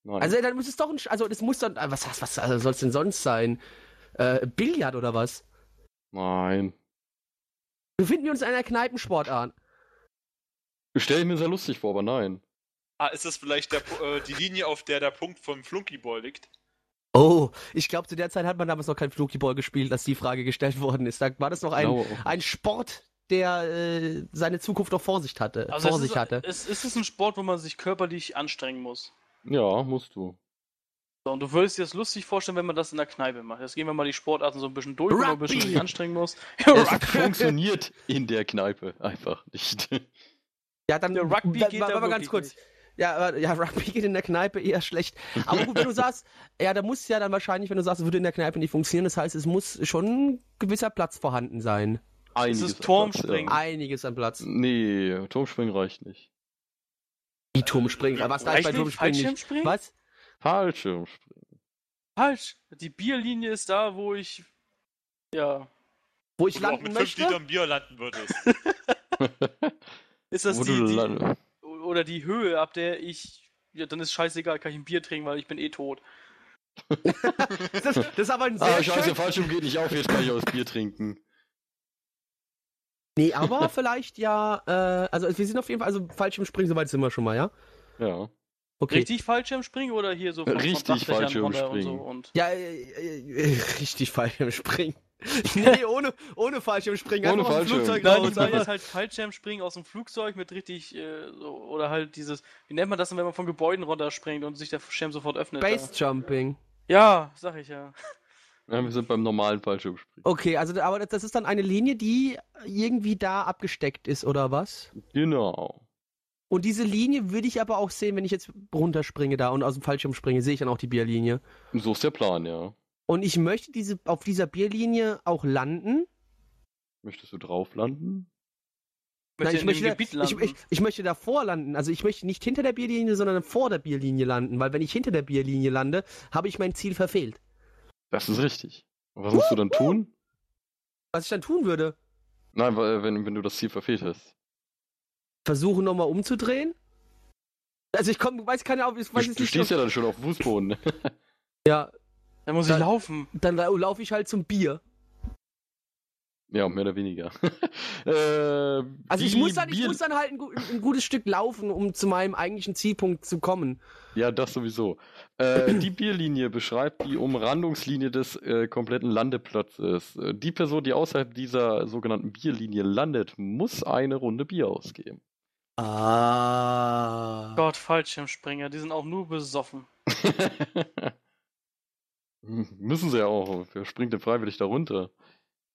Nein. Also dann muss es doch ein, Sch- also das muss dann, ah, was, was, was also soll es denn sonst sein? Äh, Billard oder was? nein. Befinden wir uns in einer Kneipensportart? Stell ich mir sehr lustig vor, aber nein. Ah, ist das vielleicht der, Pu- äh, die Linie, auf der der Punkt vom Flunkyball liegt? Oh, ich glaube, zu der Zeit hat man damals noch kein Flunkyball gespielt, dass die Frage gestellt worden ist. Da war das noch ein, Blaue- ein Sport, der äh, seine Zukunft noch vor sich hatte. Also vor es sich ist, hatte. Es, es ist ein Sport, wo man sich körperlich anstrengen muss. Ja, musst du. So, und du würdest dir das lustig vorstellen, wenn man das in der Kneipe macht. Jetzt gehen wir mal die Sportarten so ein bisschen durch, wo man ein bisschen Rugby. sich anstrengen muss. Es Rugby. funktioniert in der Kneipe einfach nicht. Ja, dann Der Rugby wa- geht wa- da warte mal ganz wirklich kurz. nicht. Ja, aber- ja, Rugby geht in der Kneipe eher schlecht. Aber gut, wenn du sagst, ja, da muss ja dann wahrscheinlich, wenn du sagst, es würde in der Kneipe nicht funktionieren, das heißt, es muss schon ein gewisser Platz vorhanden sein. Einiges ist an Turmspringen. Platz, Einiges an Platz. Ja. Nee, Turmspringen reicht nicht. Die Turmspringen, aber was da bei Reicht nicht Turmspringen nicht? Fallschirmspringen? Was? Fallschirmspringen. Falsch. Die Bierlinie ist da, wo ich. Ja. Wo Oh, ich Wo du auch landen mit 5 möchte? Litern Bier landen würdest. Ist das Wo die, du die, landest. oder die Höhe, ab der ich. Ja, dann ist scheißegal, kann ich ein Bier trinken, weil ich bin eh tot. Das, das ist aber ein sehr Ah, scheiße, schön... Fallschirm geht nicht auf, jetzt kann ich aus Bier trinken. Nee, aber vielleicht ja, äh, also wir sind auf jeden Fall, also Fallschirmspringen, soweit sind wir schon mal, ja? Ja. Okay. Richtig Fallschirmspringen oder hier so Richtig Dachdächern runter und so Fallschirmspringen. und Ja, äh, äh, äh, richtig Fallschirmspringen. nee, ohne, ohne Fallschirmspringen. Ohne einfach aus Fallschirm. dem Flugzeug Nein, raus, ich meine einfach- jetzt halt Fallschirmspringen aus dem Flugzeug mit richtig, äh, so, oder halt dieses, wie nennt man das denn, wenn man von Gebäuden runterspringt und sich der Schirm sofort öffnet? Base Jumping. Da? Ja, sag ich ja. ja. Wir sind beim normalen Fallschirmspringen. Okay, also aber das- das ist dann eine Linie, die irgendwie da abgesteckt ist oder was? Genau. Und diese Linie würde ich aber auch sehen, wenn ich jetzt runterspringe da und aus dem Fallschirm springe, sehe ich dann auch die Bierlinie. So ist der Plan, ja. Und ich möchte diese auf dieser Bierlinie auch landen. Möchtest du drauf landen? Nein, ich, in dem möchte, Gebiet ich, landen. ich, ich möchte davor landen. Also ich möchte nicht hinter der Bierlinie, sondern vor der Bierlinie landen, weil wenn ich hinter der Bierlinie lande, habe ich mein Ziel verfehlt. Das ist richtig. Und was musst du dann tun? Was ich dann tun würde, Nein, weil, wenn, wenn du das Ziel verfehlt hast. versuchen nochmal umzudrehen. Also ich komm, weiß keine Ahnung, ich Du, weiß jetzt du nicht. stehst ja dann schon auf dem Fußboden. ne? ja, Dann muss Dann- ich laufen. dann lau- laufe ich halt zum Bier. Ja, mehr oder weniger. äh, Also ich die muss, dann, ich Bier- muss dann halt ein, gu- ein gutes Stück laufen, um zu meinem eigentlichen Zielpunkt zu kommen. Ja, das sowieso. Äh, die Bierlinie beschreibt die Umrandungslinie des äh, kompletten Landeplatzes. Äh, die Person, die außerhalb dieser sogenannten Bierlinie landet, muss eine Runde Bier ausgeben. Ah. Gott, Fallschirmspringer, die sind auch nur besoffen. Hm, Müssen sie ja auch. Wer springt denn freiwillig da runter?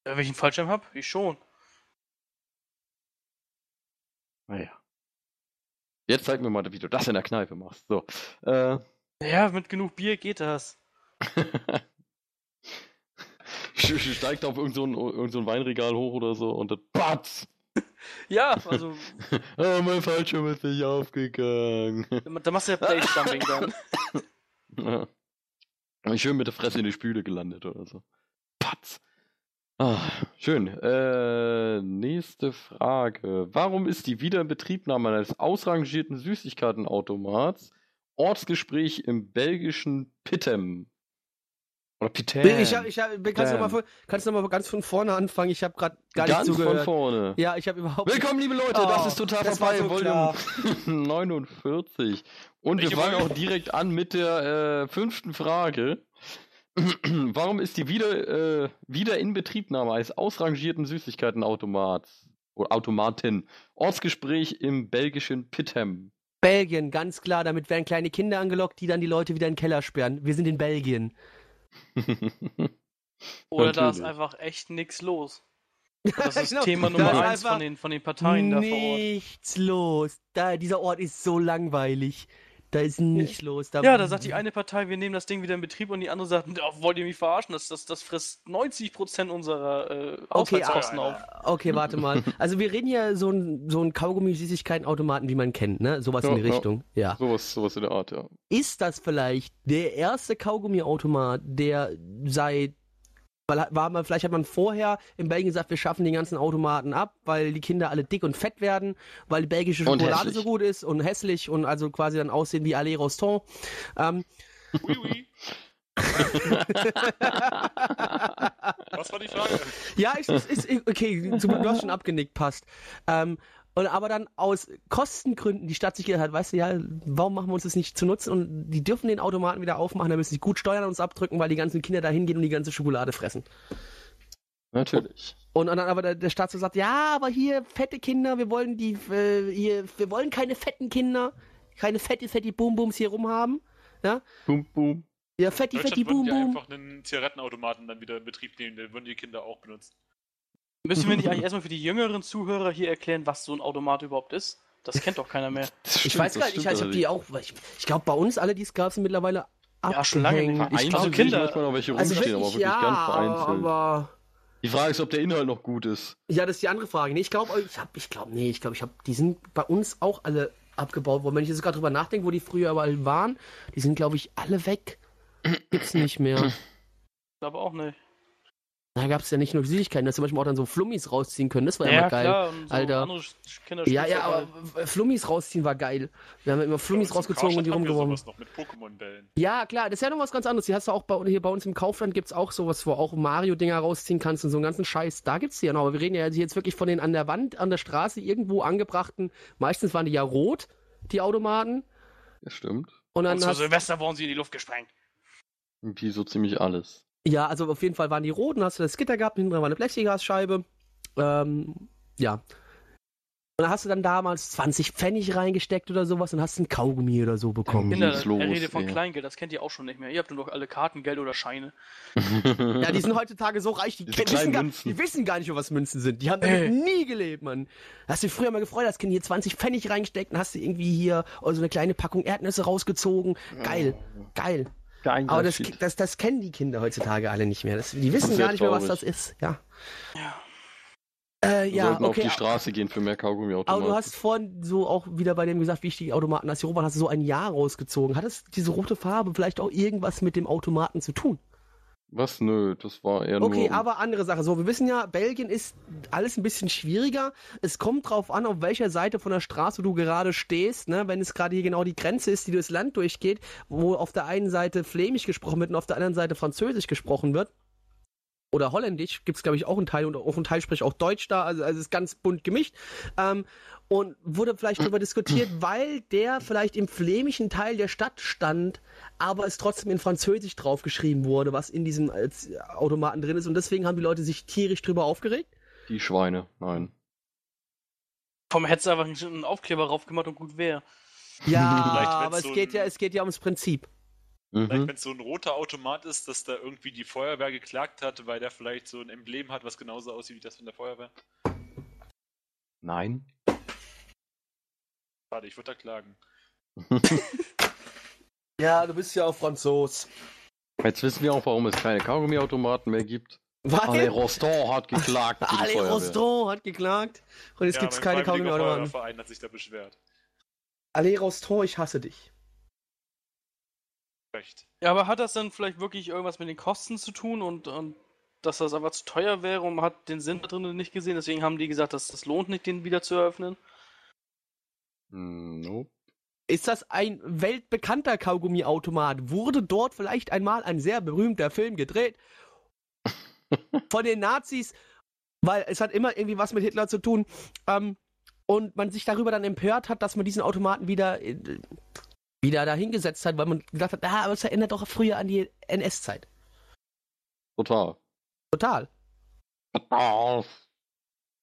Äh, Wenn ich einen Fallschirm hab, ich schon. Naja. Jetzt zeig mir mal, wie du das in der Kneipe machst. So. Äh, Ja, mit genug Bier geht das. sch- sch- steigt auf irgendein so ein- irgend so ein Weinregal hoch oder so und dann Patz! Ja, also, Oh, mein Fallschirm ist nicht aufgegangen. da machst du ja Base-Jumping dann. Ja. Und Schön mit der Fresse in die Spüle gelandet oder so. Patz. Ah, schön. Äh, nächste Frage. Warum ist die Wiederinbetriebnahme eines ausrangierten Süßigkeitenautomats Ortsgespräch im belgischen Pittem? Oder Pittem? Ich, hab, ich hab, kannst du Damn. noch mal von- kannst du nochmal ganz von vorne anfangen? Ich habe gerade gar nicht Ganz zugehört. von vorne. Ja, ich habe überhaupt Willkommen, liebe Leute, Ah, das Oh, ist total das vorbei. war so Volume 49. Und wir Welche fangen auch Folge? direkt an mit der äh, fünften Frage. Warum ist die Wieder, äh, Wiederinbetriebnahme eines ausrangierten Süßigkeitenautomats oder Automaten Ortsgespräch im belgischen Pittem? Belgien, ganz klar. Damit werden kleine Kinder angelockt, die dann die Leute wieder in den Keller sperren. Wir sind in Belgien. Oder da ist Natürlich. einfach echt nix los. Das ist Genau, Thema da Nummer ist eins einfach von den, von den Parteien da vor Ort. Nichts los. Da, dieser Ort ist so langweilig. Da ist nichts los. Ja, da sagt die eine Partei, wir nehmen das Ding wieder in Betrieb und die andere sagt, "Na, wollt ihr mich verarschen? Das, das, das frisst 90% unserer äh, Okay, ah, Haushaltskosten auf. Okay, warte mal. Also wir reden hier so ein, so ein Kaugummi-Süßigkeiten-Automaten, wie man kennt, ne? Sowas Ja, in die ja. Richtung. Ja. Sowas, sowas in der Art, ja. Ist das vielleicht der erste Kaugummi-Automat, der seit weil war man, vielleicht hat man vorher in Belgien gesagt, wir schaffen den ganzen Automaten ab, weil die Kinder alle dick und fett werden, weil die belgische Und Schokolade hässlich. so gut ist und hässlich und also quasi dann aussehen wie Allez Rostand. Ähm, Ui, ui. Was war die Frage? Ja, ich, ich, ich, okay, zum, du hast schon abgenickt, passt. Ähm, Und aber dann aus Kostengründen die Stadt sich gedacht hat, weißt du, ja, warum machen wir uns das nicht zu nutzen? Und die dürfen den Automaten wieder aufmachen, da müssen sie gut Steuern uns abdrücken, weil die ganzen Kinder da hingehen und die ganze Schokolade fressen. Natürlich. Und dann aber der, der Staat so sagt, ja, aber hier fette Kinder, wir wollen die, äh, hier, wir wollen keine fetten Kinder, keine fetti fetti Boom Booms hier rumhaben. Ja, Boom, boom. ja fetti In fetti Boom Deutschland würden die Boom. einfach einen Zigarettenautomaten dann wieder in Betrieb nehmen, den würden die Kinder auch benutzen. Müssen wir nicht eigentlich erstmal für die jüngeren Zuhörer hier erklären, was so ein Automat überhaupt ist? Das kennt doch keiner mehr. Das Ich stimmt, weiß das gar nicht, ich stimmt weiß, ob die allerdings. auch, ich, ich glaube, bei uns alle, die es gab, sind mittlerweile Ja, schon lange nicht mehr. abgehängt. Also Ich Vereinzelt sehe glaub, Kinder- Ich manchmal noch welche Also rumstehen, wirklich, aber wirklich ja, ganz vereinzelt. aber... Die Frage ist, ob der Inhalt noch gut ist. Ja, das ist die andere Frage. Nee, ich glaube, ich habe, ich glaube, nee, ich glaube, ich habe, die sind bei uns auch alle abgebaut worden. Wenn ich jetzt gerade drüber nachdenke, wo die früher überall waren, die sind, glaube ich, alle weg. Gibt's nicht mehr. Aber auch nicht. Da gab's ja nicht nur Süßigkeiten, dass zum Beispiel auch dann so Flummis rausziehen können. Das war ja, Ja, immer geil. klar, und so Alter. andere Kinder Ja, ja, aber äh, Flummis rausziehen war geil. Wir haben immer Flummis Bei uns im rausgezogen und die Karstadt haben wir rumgeworfen. sowas noch mit Pokémon-Bällen. Ja, klar, das ist ja noch was ganz anderes. Die hast du auch bei, hier bei uns im Kaufland gibt's auch sowas, wo auch Mario-Dinger rausziehen kannst und so einen ganzen Scheiß. Da gibt's die ja noch. Aber wir reden ja jetzt wirklich von den an der Wand, an der Straße irgendwo angebrachten. Meistens waren die ja rot, die Automaten. Das stimmt. Und Und dann zu hast, Silvester wurden sie in die Luft gesprengt. Irgendwie so ziemlich alles. ja, also auf jeden Fall waren die rot. Dann hast du das Gitter gehabt, hinten dran war eine Plexiglasscheibe. Ähm, ja. Und dann hast du dann damals 20 Pfennig reingesteckt oder sowas und hast einen Kaugummi oder so bekommen. Kinder, Ging's los, er redet von ey. Kleingeld, das kennt ihr auch schon nicht mehr. Ihr habt nur noch alle Karten, Geld oder Scheine. Ja, die sind heutzutage so reich, die, Diese kennen- kleinen wissen, gar, Münzen. die wissen gar nicht, wo was Münzen sind. Die haben damit Ey. nie gelebt, Mann. Hast du dich früher mal gefreut, hast Kind hier 20 Pfennig reingesteckt und hast du irgendwie hier oh, so eine kleine Packung Erdnüsse rausgezogen. Geil, geil. Kein Aber das, Unterschied. das, das kennen die Kinder heutzutage alle nicht mehr. Das, die wissen Sehr gar nicht mehr, was traurig. das ist. Ja. Äh, Wir ja, sollten auf okay. die Straße gehen für mehr Aber du Kaugummiautomaten. hast vorhin so auch wieder bei dem gesagt, wie ich die Automaten hast, die Roman hast du so ein Jahr rausgezogen. Hat es diese rote Farbe vielleicht auch irgendwas mit dem Automaten zu tun? Was? Nö, das war eher nur... Okay, aber andere Sache. So, wir wissen ja, Belgien ist alles ein bisschen schwieriger. Es kommt drauf an, auf welcher Seite von der Straße du gerade stehst. Ne? Wenn es gerade hier genau die Grenze ist, die durchs Land durchgeht, wo auf der einen Seite flämisch gesprochen wird und auf der anderen Seite französisch gesprochen wird. Oder holländisch gibt es, glaube ich, auch einen Teil und auch einen Teil spricht auch Deutsch da, also, also es ist ganz bunt gemischt. Ähm, und wurde vielleicht darüber diskutiert, weil der vielleicht im flämischen Teil der Stadt stand, aber es trotzdem in Französisch draufgeschrieben wurde, was in diesem äh, Z- Automaten drin ist. Und deswegen haben die Leute sich tierisch drüber aufgeregt. Die Schweine, nein. Vom hättest du einfach einen Aufkleber raufgemacht und gut wäre. Ja, Vielleicht wenn's aber es so geht ein- ja, es geht ja ums Prinzip. Vielleicht, Mhm. wenn es so ein roter Automat ist, dass da irgendwie die Feuerwehr geklagt hat, weil der vielleicht so ein Emblem hat, was genauso aussieht wie das von der Feuerwehr. Nein. Schade, ich würde da klagen. Ja, du bist ja auch Franzos. Jetzt wissen wir auch, warum es keine Kaugummiautomaten mehr gibt. Ale Weil Rostand hat geklagt gegen die Ale Feuerwehr. Rostand hat geklagt und jetzt Ja, gibt's mein keine freiwilliger Kaugummiautomaten. Feuerwehrverein hat sich da beschwert. Ale Rostand, ich hasse dich. Recht. Ja, aber hat das dann vielleicht wirklich irgendwas mit den Kosten zu tun und, und dass das einfach zu teuer wäre und man hat den Sinn da drin nicht gesehen? Deswegen haben die gesagt, dass das lohnt nicht, den wieder zu eröffnen. Hm, Nope. Ist das ein weltbekannter Kaugummiautomat? Wurde dort vielleicht einmal ein sehr berühmter Film gedreht? Von den Nazis, weil es hat immer irgendwie was mit Hitler zu tun. Ähm, und man sich darüber dann empört hat, dass man diesen Automaten wieder, äh, wieder dahingesetzt hat, weil man gedacht hat, ah, aber es erinnert doch früher an die NS-Zeit. Total. Total. Total.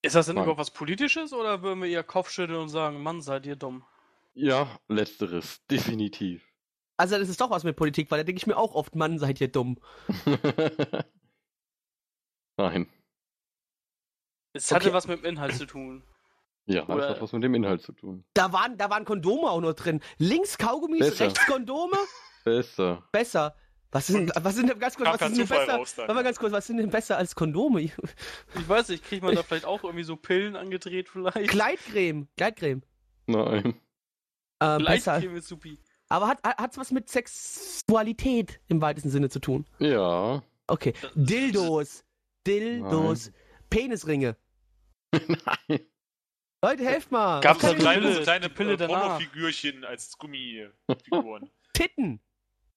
Ist das denn Nein. überhaupt was Politisches oder würden wir ihr Kopf schütteln und sagen, Mann, seid ihr dumm? Ja, letzteres. Definitiv. Also das ist doch was mit Politik, weil da denke ich mir auch oft, Mann, seid ihr dumm. Nein. Es Okay. hatte was mit dem Inhalt zu tun. Ja, das Oder- hat was mit dem Inhalt zu tun. Da waren, da waren Kondome auch noch drin. Links Kaugummis, Besser. rechts Kondome. Besser. besser. Was sind, was sind denn ganz kurz, Kam was kein sind denn Zufall besser? raus dann. Warte mal ganz kurz, was sind denn besser als Kondome? Ich weiß nicht, kriegt man da vielleicht auch irgendwie so Pillen angedreht vielleicht? Gleitcreme, Gleitcreme. Nein. Äh, besser. Gleitcreme ist supi. Aber hat hat- hat's was mit Sexualität im weitesten Sinne zu tun? Ja. Okay. Dildos, Dildos, Penisringe. Nein. Leute, helft mal. Gab's Was da kann ich- drei- Kleine, Pille, kleine die Pille äh, danach. Pornofigürchen als Gummifiguren. Titten.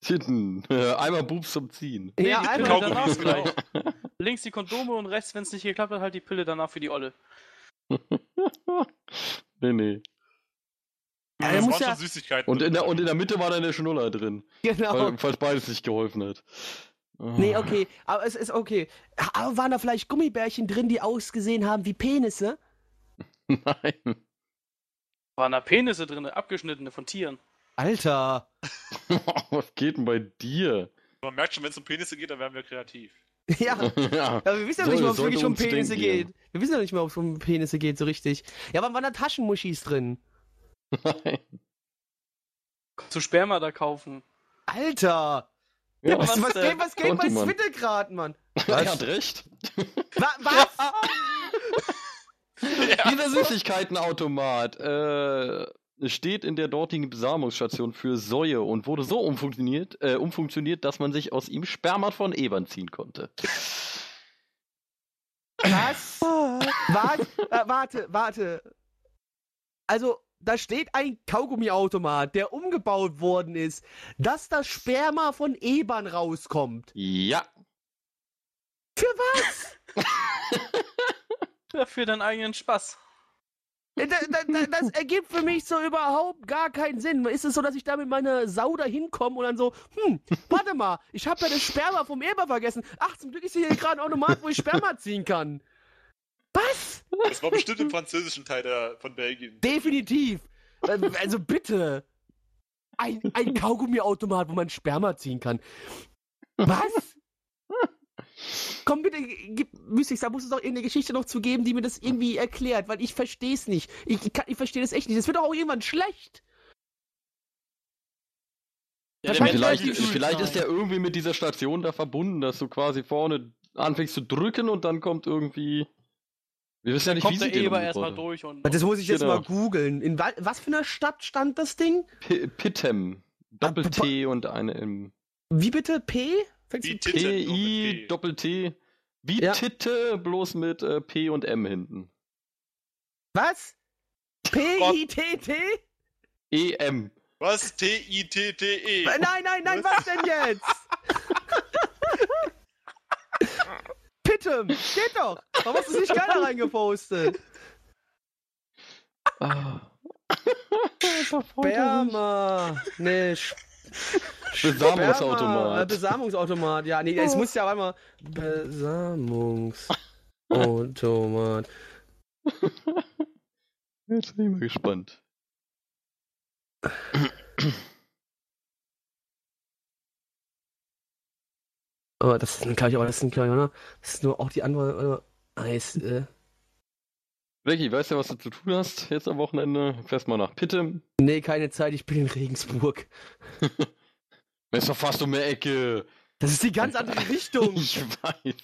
Titten. Einmal Bubs zum Ziehen. Nee, ja, die einmal Pille Kaugummi. danach genau. vielleicht. Links die Kondome und rechts, wenn es nicht geklappt hat, halt die Pille danach für die Olle. Nee, nee. Ja, das der muss waren ja- schon Süßigkeiten. Und in der, und in der Mitte war dann der Schnuller drin. Genau. Weil, falls beides nicht geholfen hat. Ah. Nee, okay, aber es ist okay. Aber waren da vielleicht Gummibärchen drin, die ausgesehen haben wie Penisse? Nein. Waren da Penisse drin, abgeschnittene von Tieren? Alter. Was geht denn bei dir? Man merkt schon, wenn es um Penisse geht, dann werden wir kreativ. Ja. ja. Aber wir wissen ja Soll- nicht mal, ob es sollte wirklich um uns denken Penisse gehen. geht. Wir wissen ja nicht mal, ob es um Penisse geht, so richtig. Ja, aber waren da Taschenmuschis drin? Nein. Zu Sperma da kaufen. Alter! Ja, was was, was, denn? geht, was geht bei Konnte man. Twitter gerade, Mann? Er hat recht. Wa was? Dieser Süßigkeitenautomat äh, steht in der dortigen Besamungsstation für Säue und wurde so umfunktioniert, äh, umfunktioniert, dass man sich aus ihm Sperma von Ebern ziehen konnte. Was? was? Äh, warte, warte. Also, da steht ein Kaugummiautomat, der umgebaut worden ist, dass das Sperma von Ebern rauskommt. Ja. Für was? Dafür deinen eigenen Spaß. Da, da, da, das ergibt für mich so überhaupt gar keinen Sinn. Ist es so, dass ich da mit meiner Sau da hinkomme und dann so, hm, warte mal, ich habe ja das Sperma vom Eber vergessen. Ach, zum Glück ist hier gerade ein Automat, wo ich Sperma ziehen kann. Was? Das war bestimmt im französischen Teil der, von Belgien. Definitiv. Äh, Also bitte. Ein, ein Kaugummiautomat, wo man Sperma ziehen kann. Was? Komm bitte, gib, müsste ich, da muss es doch irgendeine Geschichte noch zu geben, die mir das irgendwie erklärt, weil ich verstehe es nicht. Ich, ich, kann- ich verstehe das echt nicht. Das wird doch auch irgendwann schlecht. Ja, Scheint vielleicht äh, relativ gut vielleicht ist er irgendwie mit dieser Station da verbunden, dass du quasi vorne anfängst zu drücken und dann kommt irgendwie. Wir wissen ja nicht, wie kommt sie um der den Eber umgebaut erstmal haben. durch und. Das muss ich jetzt Genau. mal googeln. In wa was für einer Stadt stand das Ding? P- Pitem. Ah, Doppel-T und eine im. Wie bitte? P? Fängst Wie du- Titten, nur mit P-I, P. Doppel-T. Wie Ja. Titte, bloß mit äh, P und M hinten. Was? P-I-T-T? E-M. Was? T-I-T-T-E. Äh, Nein, nein, nein, was denn jetzt? Pittem, geht doch. Warum hast du es nicht geiler reingepostet? Ah. Sperma. Nee, Sch- Sperma, äh, Besamungsautomat. Besamungsautomat, ja. Nee, es muss ja einmal. Besamungsautomat. Jetzt bin ich mal gespannt. Aber das ist, glaube ich, aber das sind, glaube ich, oder? Das ist nur auch die andere. oder? Eis, äh. Blackie, weißt du, was du zu tun hast jetzt am Wochenende? Fährst mal nach Pittem. Nee, keine Zeit, ich bin in Regensburg. Ist doch fast um die Ecke. Das ist die ganz andere Richtung. Ich weiß.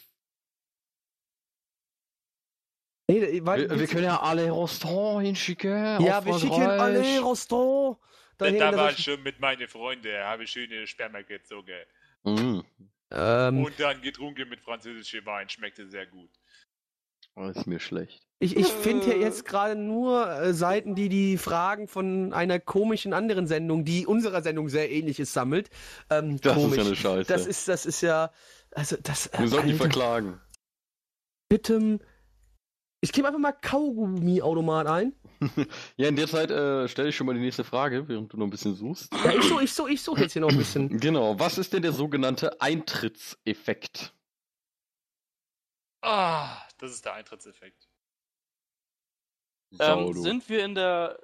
Nee, da- weil- Wir, wir können ja alle Restaurant hinschicken. ja, wir schicken alle Restaurant. Roston. dahin, Da das war ist- ich schon mit meinen Freunden, habe ich schöne Sperma gezogen. Mm, Ähm, Und dann getrunken mit französischem Wein, schmeckte sehr gut. oh, ist mir schlecht. ich ich finde hier jetzt gerade nur äh, Seiten, die die Fragen von einer komischen anderen Sendung, die unserer Sendung sehr ähnlich ist, sammelt. Ähm, Das komisch. ist ja eine Scheiße. Das ist, das ist ja, also das. äh, wir sollten die Alter, verklagen. bitte. Ich gebe einfach mal Kaugummi-Automat ein. Ja, in der Zeit äh, stelle ich schon mal die nächste Frage, während du noch ein bisschen suchst. Ja, ich so, ich so, ich so jetzt hier noch ein bisschen. Genau, was ist denn der sogenannte Eintrittseffekt? Ah, das ist der Eintrittseffekt. Sau, Ähm, du. sind wir in der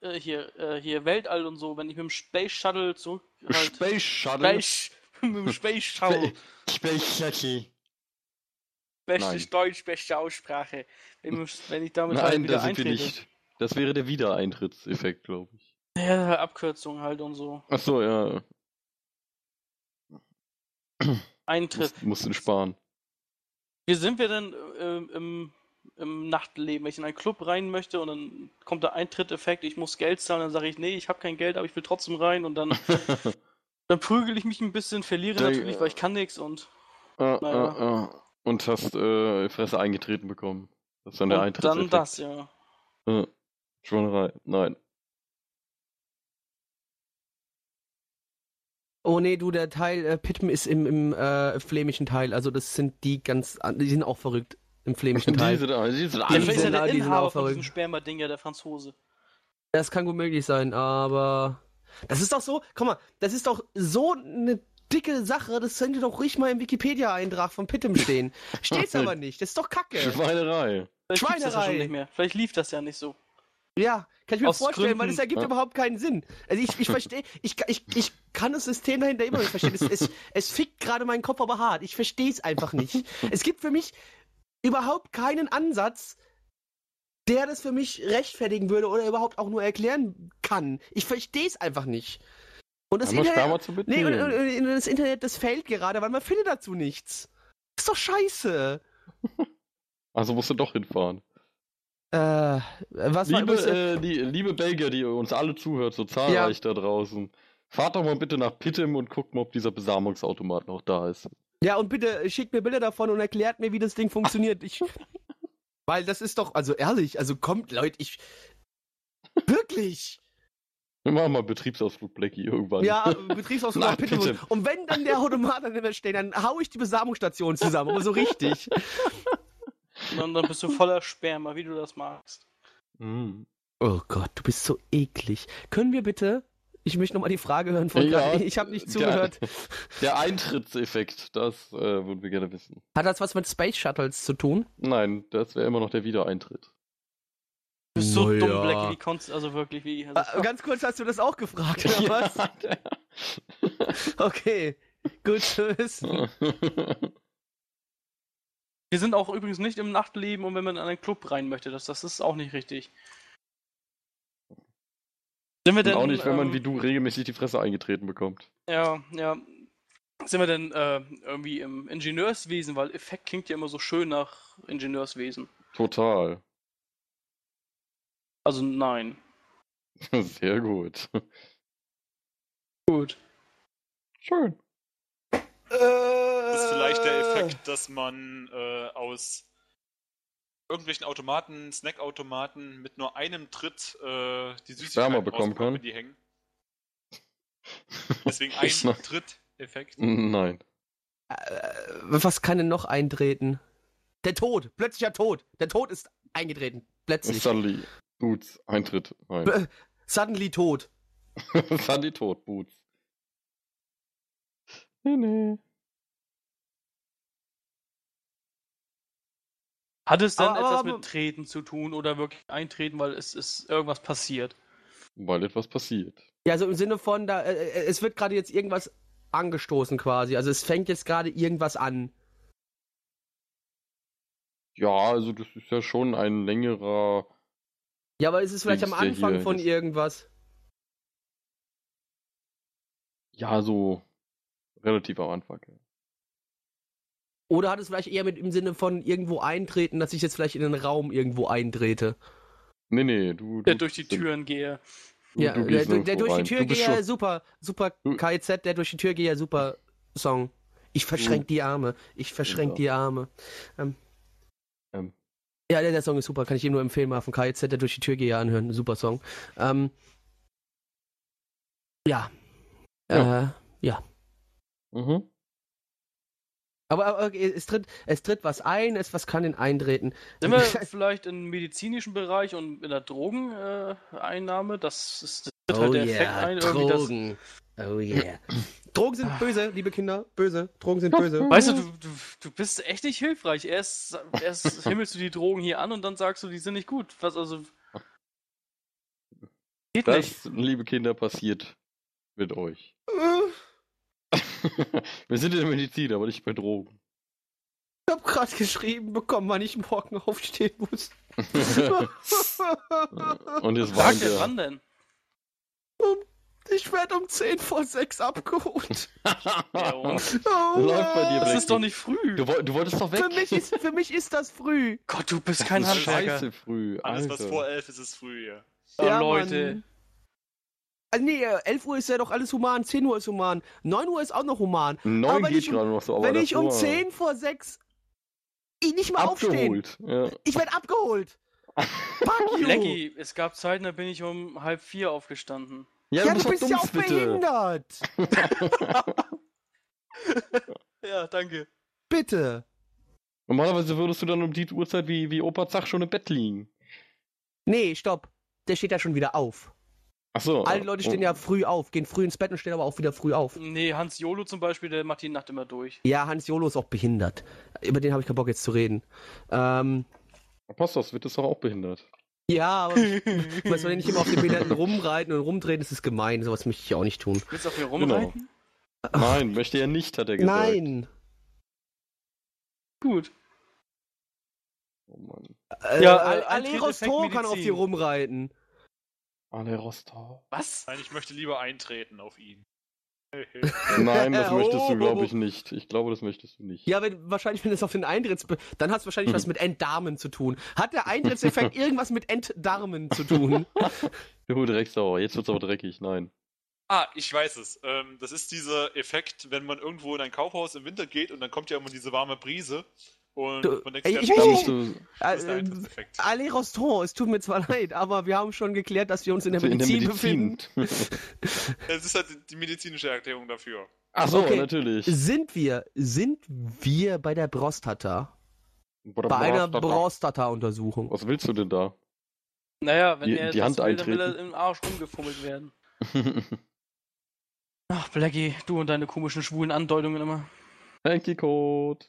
äh, hier, äh, hier Weltall und so, wenn ich mit dem Space Shuttle zurück halt, Space Shuttle. Space, mit dem Space Shuttle, Space Shuttle. bestes Nein. Deutsch, beste Aussprache, wenn, ich- wenn ich damit halt Nein, wieder das sind wir eintrete. nicht. Das wäre der Wiedereintrittseffekt, glaube ich. Ja, Abkürzung halt und so. Achso, ja. Eintritt. Musst, musst ihn sparen. Wie sind wir denn ähm, im, im Nachtleben? Wenn ich in einen Club rein möchte und dann kommt der Eintritteffekt, ich muss Geld zahlen, dann sage ich, nee, ich habe kein Geld, aber ich will trotzdem rein und dann, dann prügel ich mich ein bisschen, verliere Der- natürlich, weil ich kann nichts und, Ah, Naja. ah, ah. Und hast äh, Fresse eingetreten bekommen. Das ist dann der und dann Eintrittseffekt. das, ja. Schwunerei. Nein. Oh nee, du, der Teil, äh, Pittman ist im, im äh, flämischen Teil. Also das sind die ganz, an- die sind auch verrückt im flämischen Teil. Diese da, diese da. Die Ja, vielleicht ist sind ja da, der die sind Inhaber auch von diesem verrückt. Sperma-Ding ja der Franzose. Das kann gut möglich sein, aber. Das ist doch so, komm mal, das ist doch so eine dicke Sache, das könnte doch ruhig mal im Wikipedia-Eintrag von Pittem stehen. Steht's aber nicht, das ist doch kacke. Schweinerei. Vielleicht gibt's das ja schon Schweinerei. nicht mehr. Vielleicht lief das ja nicht so. Ja, kann ich mir Aus vorstellen, weil Gründen- das ergibt Ja. überhaupt keinen Sinn. Also ich, ich verstehe, ich, ka- ich, ich kann das System dahinter immer nicht verstehen. Es, es, es fickt gerade meinen Kopf aber hart. Ich verstehe es einfach nicht. Es gibt für mich überhaupt keinen Ansatz, der das für mich rechtfertigen würde oder überhaupt auch nur erklären kann. Ich verstehe es einfach nicht. Und das Einmal Internet, Sperma zu nee, und, und, bedienen. und das Internet, das fällt gerade, weil man findet dazu nichts. Ist doch scheiße. Also musst du doch hinfahren. Äh, was war Liebe, übrigens- äh, die, liebe Belgier, die uns alle zuhört, so zahlreich da draußen. Fahrt doch mal bitte nach Pittem und guckt mal, ob dieser Besamungsautomat noch da ist. Ja, und bitte äh, schickt mir Bilder davon und erklärt mir, wie das Ding funktioniert. Ich, weil das ist doch, also ehrlich, also kommt, Leute, ich. Wirklich! Wir machen mal einen Betriebsausflug, Blackie, irgendwann. Ja, äh, Betriebsausflug Nein, nach Pittsburgh. bitte. Und wenn dann der Automat an der steht, dann hau ich die Besamungsstation zusammen, aber so richtig. Und dann bist du voller Sperma, wie du das magst. Mm. Oh Gott, du bist so eklig. Können wir bitte. Ich möchte nochmal die Frage hören von Ja, gerade. Ich habe nicht zugehört. Der Eintrittseffekt, das äh, würden wir gerne wissen. Hat das was mit Space Shuttles zu tun? Nein, das wäre immer noch der Wiedereintritt. Du bist so Naja. dumm, Black, wie konntest also wirklich, wie. Also, Ah, Äh, ganz kurz hast du das auch gefragt, oder Genau. was? Okay. Gut zu wissen. wir sind auch übrigens nicht im Nachtleben und wenn man in einen Club rein möchte, das, das ist auch nicht richtig. Sind wir Und denn. auch nicht, wenn man ähm, wie du regelmäßig die Fresse eingetreten bekommt. Ja, ja. Sind wir denn äh, irgendwie im Ingenieurswesen, weil Effekt klingt ja immer so schön nach Ingenieurswesen. Total. Also nein. Sehr gut. Gut. Schön. Das ist vielleicht der Effekt, dass man äh, aus irgendwelchen Automaten, Snackautomaten mit nur einem Tritt äh, die Süßigkeiten Sperma bekommen rausbekommt, kann. wenn die hängen. Deswegen ein Nein. Tritt-Effekt. Nein. Äh, was kann denn noch eintreten? Der Tod, plötzlicher Tod. Der Tod ist eingetreten. Plötzlich. Suddenly. Boots. Eintritt. Nein. Bl- Suddenly tot. Sandy tot, Boots. Nee, nee. Hat es denn Aber- aber- etwas aber- mit Treten zu tun oder wirklich eintreten, weil es ist irgendwas passiert? Weil etwas passiert. Ja, also im Sinne von, da, äh, äh, es wird gerade jetzt irgendwas angestoßen quasi. Also es fängt jetzt gerade irgendwas an. Ja, also das ist ja schon ein längerer. Ja, aber ist es vielleicht am Links der Anfang hier von ist- irgendwas? Ja, so relativ am Anfang. ja. Oder hat es vielleicht eher mit im Sinne von irgendwo eintreten, dass ich jetzt vielleicht in den Raum irgendwo eintrete? Nee, nee, du. Der du- durch die du- Türen gehe. Du, ja, du der, gehst der, nirgendwo durch die rein. Tür Du bist gehe, schon- Hm. super, super Du- KZ, der durch die Tür gehe, super Song. Ich Hm. verschränk die Arme, ich verschränk Ja. die Arme. Ähm, Genau. Ähm. Ja, der, der Song ist super, kann ich ihm nur empfehlen, mal von KZ, der durch die Tür gehe, anhören, super Song. Ähm, ja. Ja. Äh, Mhm. aber aber, okay, es, tritt, es tritt was ein, es was kann denn eintreten. Sind wir vielleicht im medizinischen Bereich und in der Drogeneinnahme? Das ist das Oh tritt halt der Effekt ein. Irgendwie das, Drogen. Oh yeah. Drogen sind böse, liebe Kinder, böse. Drogen sind böse. Weißt du, du, du, du bist echt nicht hilfreich. Erst, erst himmelst du die Drogen hier an und dann sagst du, die sind nicht gut. Was also. Geht nicht. Das, liebe Kinder, passiert mit euch. Äh. Wir sind in der Medizin, aber nicht bei Drogen. Ich hab grad geschrieben bekommen, wann ich morgen aufstehen muss. Und jetzt Sag weint dir, er. wann denn? ich werde um 10 vor 6 abgeholt. Ja, und? Läuft bei Oh, dir, Das Blackie. ist doch nicht früh. Du, woll- du wolltest doch weg. für, mich ist, für mich ist das früh. Gott, du bist Das kein ist Handwerker. Scheiße früh. Also. Alles, was Alter. vor elf ist, ist früh hier. Oh, Leute. Mann. Also nee, 11 Uhr ist ja doch alles human, 10 Uhr ist human, 9 Uhr ist auch noch human. Neun Aber wenn geht ich um- gerade noch so, aber Wenn ich um davor- 10 vor 6 ich nicht mal aufstehen, abgeholt. Ja. ich werde abgeholt. Fuck you. Lecky, es gab Zeiten, da bin ich um halb vier aufgestanden. Ja, du bist ja auch behindert. behindert. Ja, danke. Bitte. Normalerweise würdest du dann um die Uhrzeit wie, wie Opa Zach schon im Bett liegen. Nee, stopp. der steht ja schon wieder auf. Ach so. Alle Leute Oh. stehen ja früh auf, gehen früh ins Bett und stehen aber auch wieder früh auf. Nee, Hans Jolo zum Beispiel, der macht die Nacht immer durch. Ja, Hans Jolo ist auch behindert. Über den habe ich keinen Bock jetzt zu reden. Ähm, Oh, Apostos wird es doch auch behindert. ja, aber man soll ja nicht immer auf den Behinderten rumreiten und rumdrehen, das ist gemein. Sowas möchte ich auch nicht tun. Willst du auf mir Genau. rumreiten? Nein, möchte er nicht, hat er gesagt. Nein! Gut. Oh Mann. Äh, Ja, ja, äh, Aleros Antriteffekt Tor kann auf Medizin. dir rumreiten. Ale Rostov. Was? Nein, ich möchte lieber eintreten auf ihn. Nein, das möchtest Oh. du, glaube ich, nicht. Ich glaube, das möchtest du nicht. Ja, wenn, wahrscheinlich, wenn es auf den Eintritts... Dann hat es wahrscheinlich was mit Entdarmen zu tun. Hat der Eintrittseffekt irgendwas mit Entdarmen zu tun? Äh, Du Drecksauer, jetzt wird's aber dreckig. Nein. Ah, ich weiß es. Ähm, das ist dieser Effekt, wenn man irgendwo in ein Kaufhaus im Winter geht und dann kommt ja immer diese warme Brise und Du- man denkt, Ey, ja, ich- Da das musst du ist der Äh, Eintrittseffekt. Aleros Tor, es tut mir zwar leid, aber wir haben schon geklärt, dass wir uns in der, so Also in der Medizin, Medizin. befinden. Das ist halt die medizinische Erklärung dafür. Ach so, Okay. natürlich. Sind wir, sind wir bei der Prostata? Bei einer Prostata-Untersuchung. Was willst du denn da? Naja, wenn Die- er die das Hand will, dann will er eintreten. im Arsch rumgefummelt werden. Ach, Blackie, du und deine komischen schwulen Andeutungen immer. Hanky Code.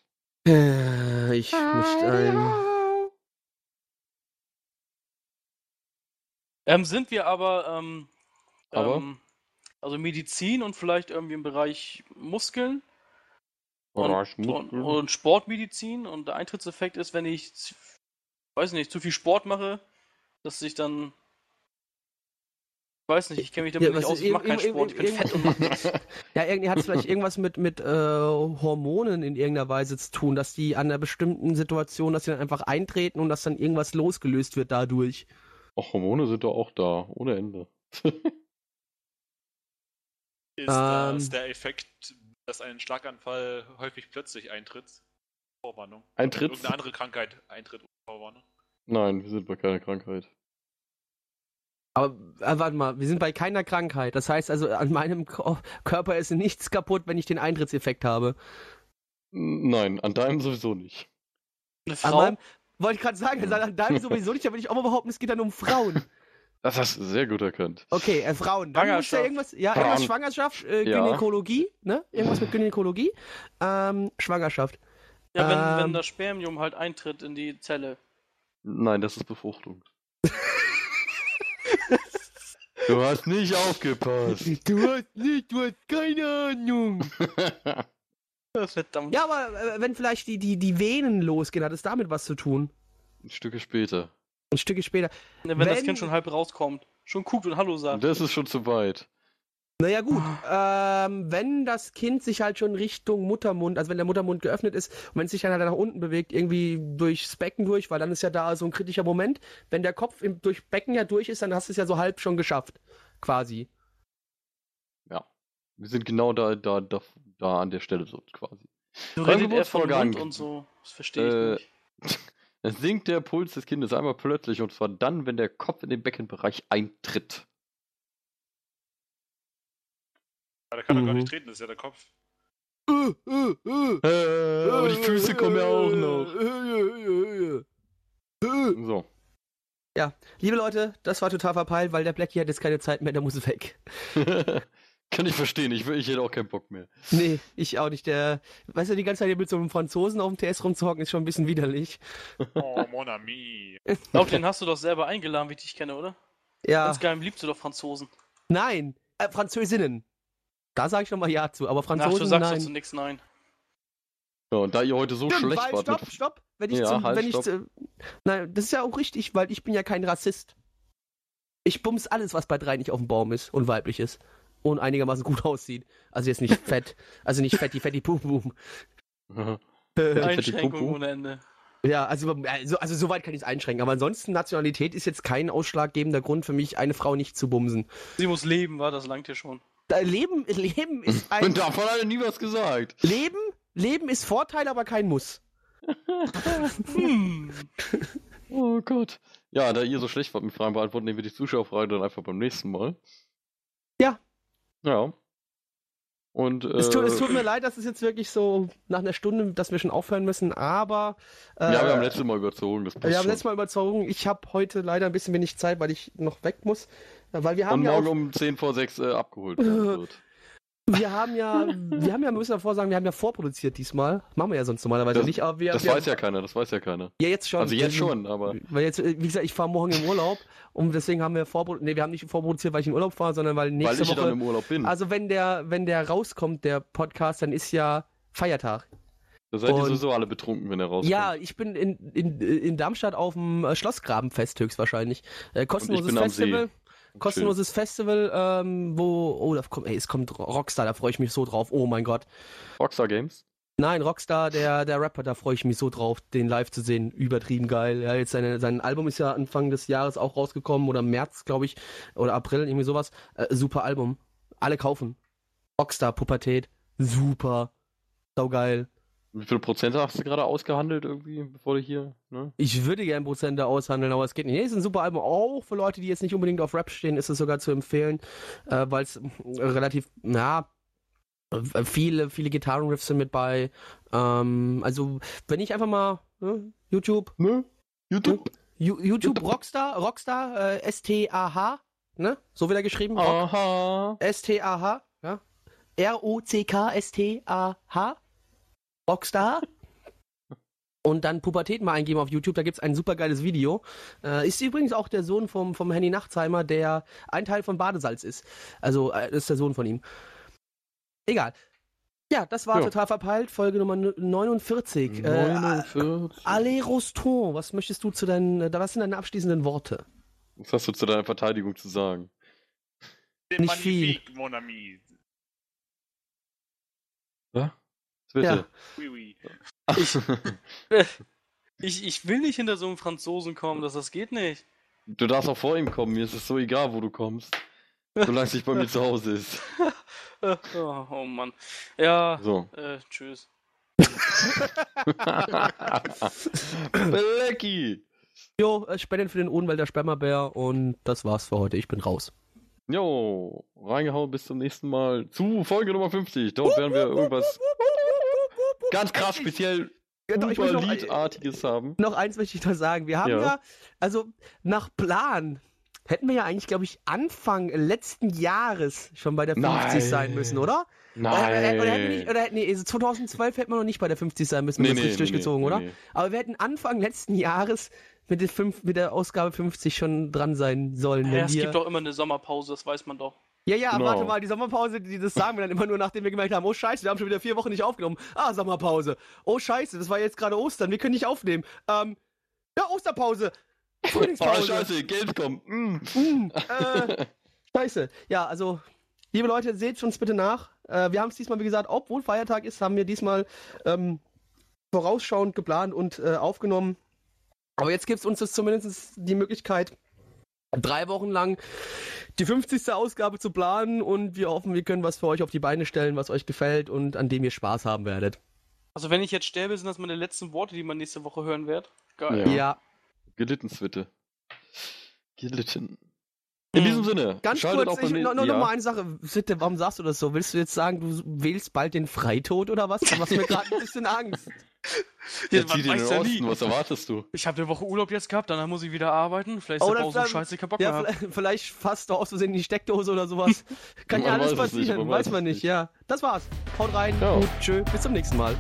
Äh, Ich möchte ein... Ähm, sind wir aber, ähm, Aber? Ähm, also Medizin und vielleicht irgendwie im Bereich Muskeln Orange und, und Sportmedizin und der Eintritteffekt ist, wenn ich, z- weiß nicht, zu viel Sport mache, dass ich dann, ich weiß nicht, ich kenne mich damit Ja, nicht was aus, ist- ich mache keinen irgend- Sport, ich bin irgend- fett und mache nichts. Ja, irgendwie hat es vielleicht irgendwas mit, mit äh, Hormonen in irgendeiner Weise zu tun, dass die an einer bestimmten Situation, dass sie dann einfach eintreten und dass dann irgendwas losgelöst wird dadurch. Ach, Hormone sind doch auch da, ohne Ende. Ähm. Ist das der Effekt, dass ein Schlaganfall häufig plötzlich eintritt? Vorwarnung. Eintritt? Irgendeine andere Krankheit eintritt ohne Vorwarnung. Nein, wir sind bei keiner Krankheit. Aber äh, warte mal, wir sind bei keiner Krankheit. Das heißt also, an meinem Ko- Körper ist nichts kaputt, wenn ich den Eintrittseffekt habe. Nein, an deinem sowieso nicht. Eine An Frau, meinem, wollte ich gerade sagen, an deinem sowieso nicht, da würde ich auch mal behaupten, es geht dann um Frauen. Das hast du sehr gut erkannt. Okay, äh, Frauen. Dann muss ja Schwangerschaft. irgendwas, ja, irgendwas Frauen. Schwangerschaft, äh, Ja. Gynäkologie, ne? Irgendwas mit Gynäkologie. Ähm, Schwangerschaft. ja, wenn, wenn ähm, das Spermium halt eintritt in die Zelle. Nein, das ist Befruchtung. du hast nicht aufgepasst. Du hast nicht, du hast keine Ahnung. Verdammt. Ja, aber äh, wenn vielleicht die, die, die Venen losgehen, hat es damit was zu tun. Stücke später. Ein Stückchen später. wenn, das wenn- Kind schon halb rauskommt, schon guckt und Hallo sagt. Das ist schon zu weit. Naja, gut. Ah. Ähm, wenn das Kind sich halt schon Richtung Muttermund, also wenn der Muttermund geöffnet ist und wenn es sich dann halt nach unten bewegt, irgendwie durchs Becken durch, weil dann ist ja da so ein kritischer Moment. Wenn der Kopf im, durch Becken ja durch ist, dann hast du es ja so halb schon geschafft. Quasi. Wir sind genau da, da, da, da an der Stelle so quasi. So Beim redet er von Geburtsvorgang. Mund und so. Das verstehe ich Äh, nicht. Es sinkt der Puls des Kindes einmal plötzlich und zwar dann, wenn der Kopf in den Beckenbereich eintritt. Ja, der kann doch gar Mhm. nicht treten, das ist ja der Kopf. Äh, aber die Füße kommen ja auch noch. noch. So. Liebe Leute, das war total verpeilt, weil der Blackie hat jetzt keine Zeit mehr, der muss weg. Kann ich verstehen, ich, will- ich hätte auch keinen Bock mehr. Nee, ich auch nicht. Der, weißt du, die ganze Zeit hier mit so einem Franzosen auf dem TS rumzuhocken, ist schon ein bisschen widerlich. Oh, mon ami. Auch den hast du doch selber eingeladen, wie ich dich kenne, oder? Ja. Ganz geheim liebst du doch Franzosen. Nein, äh, Französinnen. Da sage ich nochmal Ja zu, aber Ach, du Franzosen, sagst dazu nein. nichts, nein. Ja, und da ihr heute so Stimmt, schlecht weil, wart, stopp, mit- stopp. Wenn ich Ja, zum, halt, wenn ich stopp. zu, Nein, das ist ja auch richtig, weil ich bin ja kein Rassist. Ich bums alles, was bei drei nicht auf dem Baum ist und weiblich ist. Und einigermaßen gut aussieht. Also jetzt nicht fett. also nicht fetti, fetti, boom, boom. Ja, ich hätte die Einschränkung Pupu. ohne Ende. Ja, also, also, also soweit kann ich es einschränken. Aber ansonsten, Nationalität ist jetzt kein ausschlaggebender Grund für mich, eine Frau nicht zu bumsen. Sie muss leben, war das langt dir schon. Da- Leben, Leben ist ein. Und davon hat er nie was gesagt. Leben, Leben ist Vorteil, aber kein Muss. Hm. Oh Gott. Ja, da ihr so schlecht wart mit Fragen beantworten, nehmen wir die Zuschauerfrage dann einfach beim nächsten Mal. Ja. Ja. Und, Es, tu, äh, es tut mir leid, dass es jetzt wirklich so nach einer Stunde, dass wir schon aufhören müssen, aber äh, ja, wir haben letztes Mal überzogen. Das passt wir haben schon. letztes Mal überzogen. Ich habe heute leider ein bisschen wenig Zeit, weil ich noch weg muss. Äh, Weil wir haben Und ja morgen auch- um 10 vor 6 äh, abgeholt werden wird. Wir haben ja, wir haben ja, wir müssen davor sagen, wir haben ja vorproduziert diesmal. Machen wir ja sonst normalerweise Das- nicht, aber wir. Das wir, weiß ja keiner, das weiß ja keiner. Ja, jetzt schon. Also jetzt schon, aber. Weil jetzt, äh, wie gesagt, ich fahre morgen im Urlaub und deswegen haben wir vorproduziert. Nee, wir haben nicht vorproduziert, weil ich in Urlaub fahre, sondern weil Weil nächste ich dann Woche. im Urlaub bin. Also wenn der, wenn der rauskommt, der Podcast, dann ist ja Feiertag. da seid ihr und- sowieso alle betrunken, wenn er rauskommt. Ja, ich bin in, in, in Darmstadt auf dem äh, Schlossgrabenfest höchstwahrscheinlich. Äh, kostenloses bin am See. Festival. Kostenloses Festival, ähm, wo. Oh, da kommt, ey, es kommt Rockstar, da freue ich mich so drauf. Oh mein Gott. Rockstar Games? Nein, Rockstar, der, der Rapper, da freue ich mich so drauf, den live zu sehen. Übertrieben geil. Ja, jetzt seine, sein Album ist ja Anfang des Jahres auch rausgekommen oder im März, glaube ich, oder April, irgendwie sowas. Äh, super Album. Alle kaufen. Rockstar, Pubertät. Super. Saugeil. Wie viel Prozent hast du gerade ausgehandelt irgendwie, bevor du hier, ne? Ich würde gerne Prozente aushandeln, aber es geht nicht. Nee, ist ein super Album. Auch für Leute, die jetzt nicht unbedingt auf Rap stehen, ist es sogar zu empfehlen, äh, weil es relativ, na, äh, viele, viele Gitarrenriffs sind mit bei. Ähm, also, wenn ich einfach mal ne, YouTube Ne? YouTube? Ju- YouTube Rockstar, Rockstar, äh, S-T-A-H, ne? So wieder Oh. geschrieben. Rock- Aha. S-T-A-H, ja? R-O-C-K-S-T-A-H, Rockstar. Und dann Pubertät mal eingeben auf YouTube, da gibt's ein super geiles Video. Äh, ist übrigens auch der Sohn vom, vom Henny Nachtheimer, der ein Teil von Badesalz ist. Also äh, ist der Sohn von ihm. Egal. Ja, das war Ja. total verpeilt, Folge Nummer 49. Äh, 49. Allez Roston, was möchtest du zu deinen, äh, was sind deine abschließenden Worte? Was hast du zu deiner Verteidigung zu sagen? Den Nicht viel. Magnifique, mon ami. Bitte. Oui, oui. Ich, ich will nicht hinter so einem Franzosen kommen, das, das geht nicht. Du darfst auch vor ihm kommen, mir ist es so egal, wo du kommst. Solange es nicht bei mir zu Hause ist. Äh, Oh, oh Mann. Ja, So. äh, tschüss. Blackie! Jo, äh, Spenden für den Odenwälder Spermabär und das war's für heute. Ich bin raus. Jo, reingehauen bis zum nächsten Mal zu Folge Nummer 50. Dort werden wir irgendwas ganz krass Endlich. speziell Ja, doch, ich möchte noch, Überlied-artiges haben. noch eins möchte ich noch sagen. Wir haben Ja. ja, also nach Plan hätten wir ja eigentlich, glaube ich, Anfang letzten Jahres schon bei der 50 sein Nein. müssen, oder? Oder, oder, hätten wir nicht, oder hätten- nee, also 2012 hätten wir noch nicht bei der 50 sein müssen, wenn wir das richtig durchgezogen, oder? nee. Aber wir hätten Anfang letzten Jahres mit der, fünf, mit der Ausgabe 50 schon dran sein sollen. Ja, wenn es wir- gibt doch immer eine Sommerpause, das weiß man doch. Ja, ja, Genau. warte mal, die Sommerpause, die, das sagen wir dann immer nur, nachdem wir gemerkt haben, oh scheiße, wir haben schon wieder vier Wochen nicht aufgenommen. Ah, Sommerpause. Oh scheiße, das war jetzt gerade Ostern, wir können nicht aufnehmen. Ähm, ja, Osterpause. Oh, Frühlingspause. scheiße, Geld kommt. Mm. Hm, äh, scheiße. Ja, also, liebe Leute, seht uns bitte nach. Äh, wir haben es diesmal, wie gesagt, obwohl Feiertag ist, haben wir diesmal ähm, vorausschauend geplant und äh, aufgenommen. Aber jetzt gibt es uns das zumindest die Möglichkeit, drei Wochen lang die 50. Ausgabe zu planen und wir hoffen, wir können was für euch auf die Beine stellen, was euch gefällt und an dem ihr Spaß haben werdet. Also wenn ich jetzt sterbe, sind das meine letzten Worte, die man nächste Woche hören wird. Geil. Ja. Ja, Gelittenswitte. Gelitten. In Hm. diesem Sinne, Mm. ganz schaltet kurz, auch ich, beim noch, nächsten noch, noch Ja. mal eine Sache. Bitte, warum sagst du das so? Willst du jetzt sagen, du wählst bald den Freitod oder was? Du machst mir gerade ein bisschen Angst. Ja, man zieh dir in weiß den ja Osten, nie. was erwartest du? Ich habe eine Woche Urlaub jetzt gehabt, danach muss ich wieder arbeiten. Vielleicht ist Oder der Bau so vielleicht- scheiße, ich hab Bock mehr. Ja, vielleicht- vielleicht fasst du aus Versehen in die Steckdose oder sowas. Kann ja Man alles weiß es nicht, passieren, man weiß weiß man es nicht. nicht, ja. Das war's. Haut rein, Ja. gut, tschö, bis zum nächsten Mal.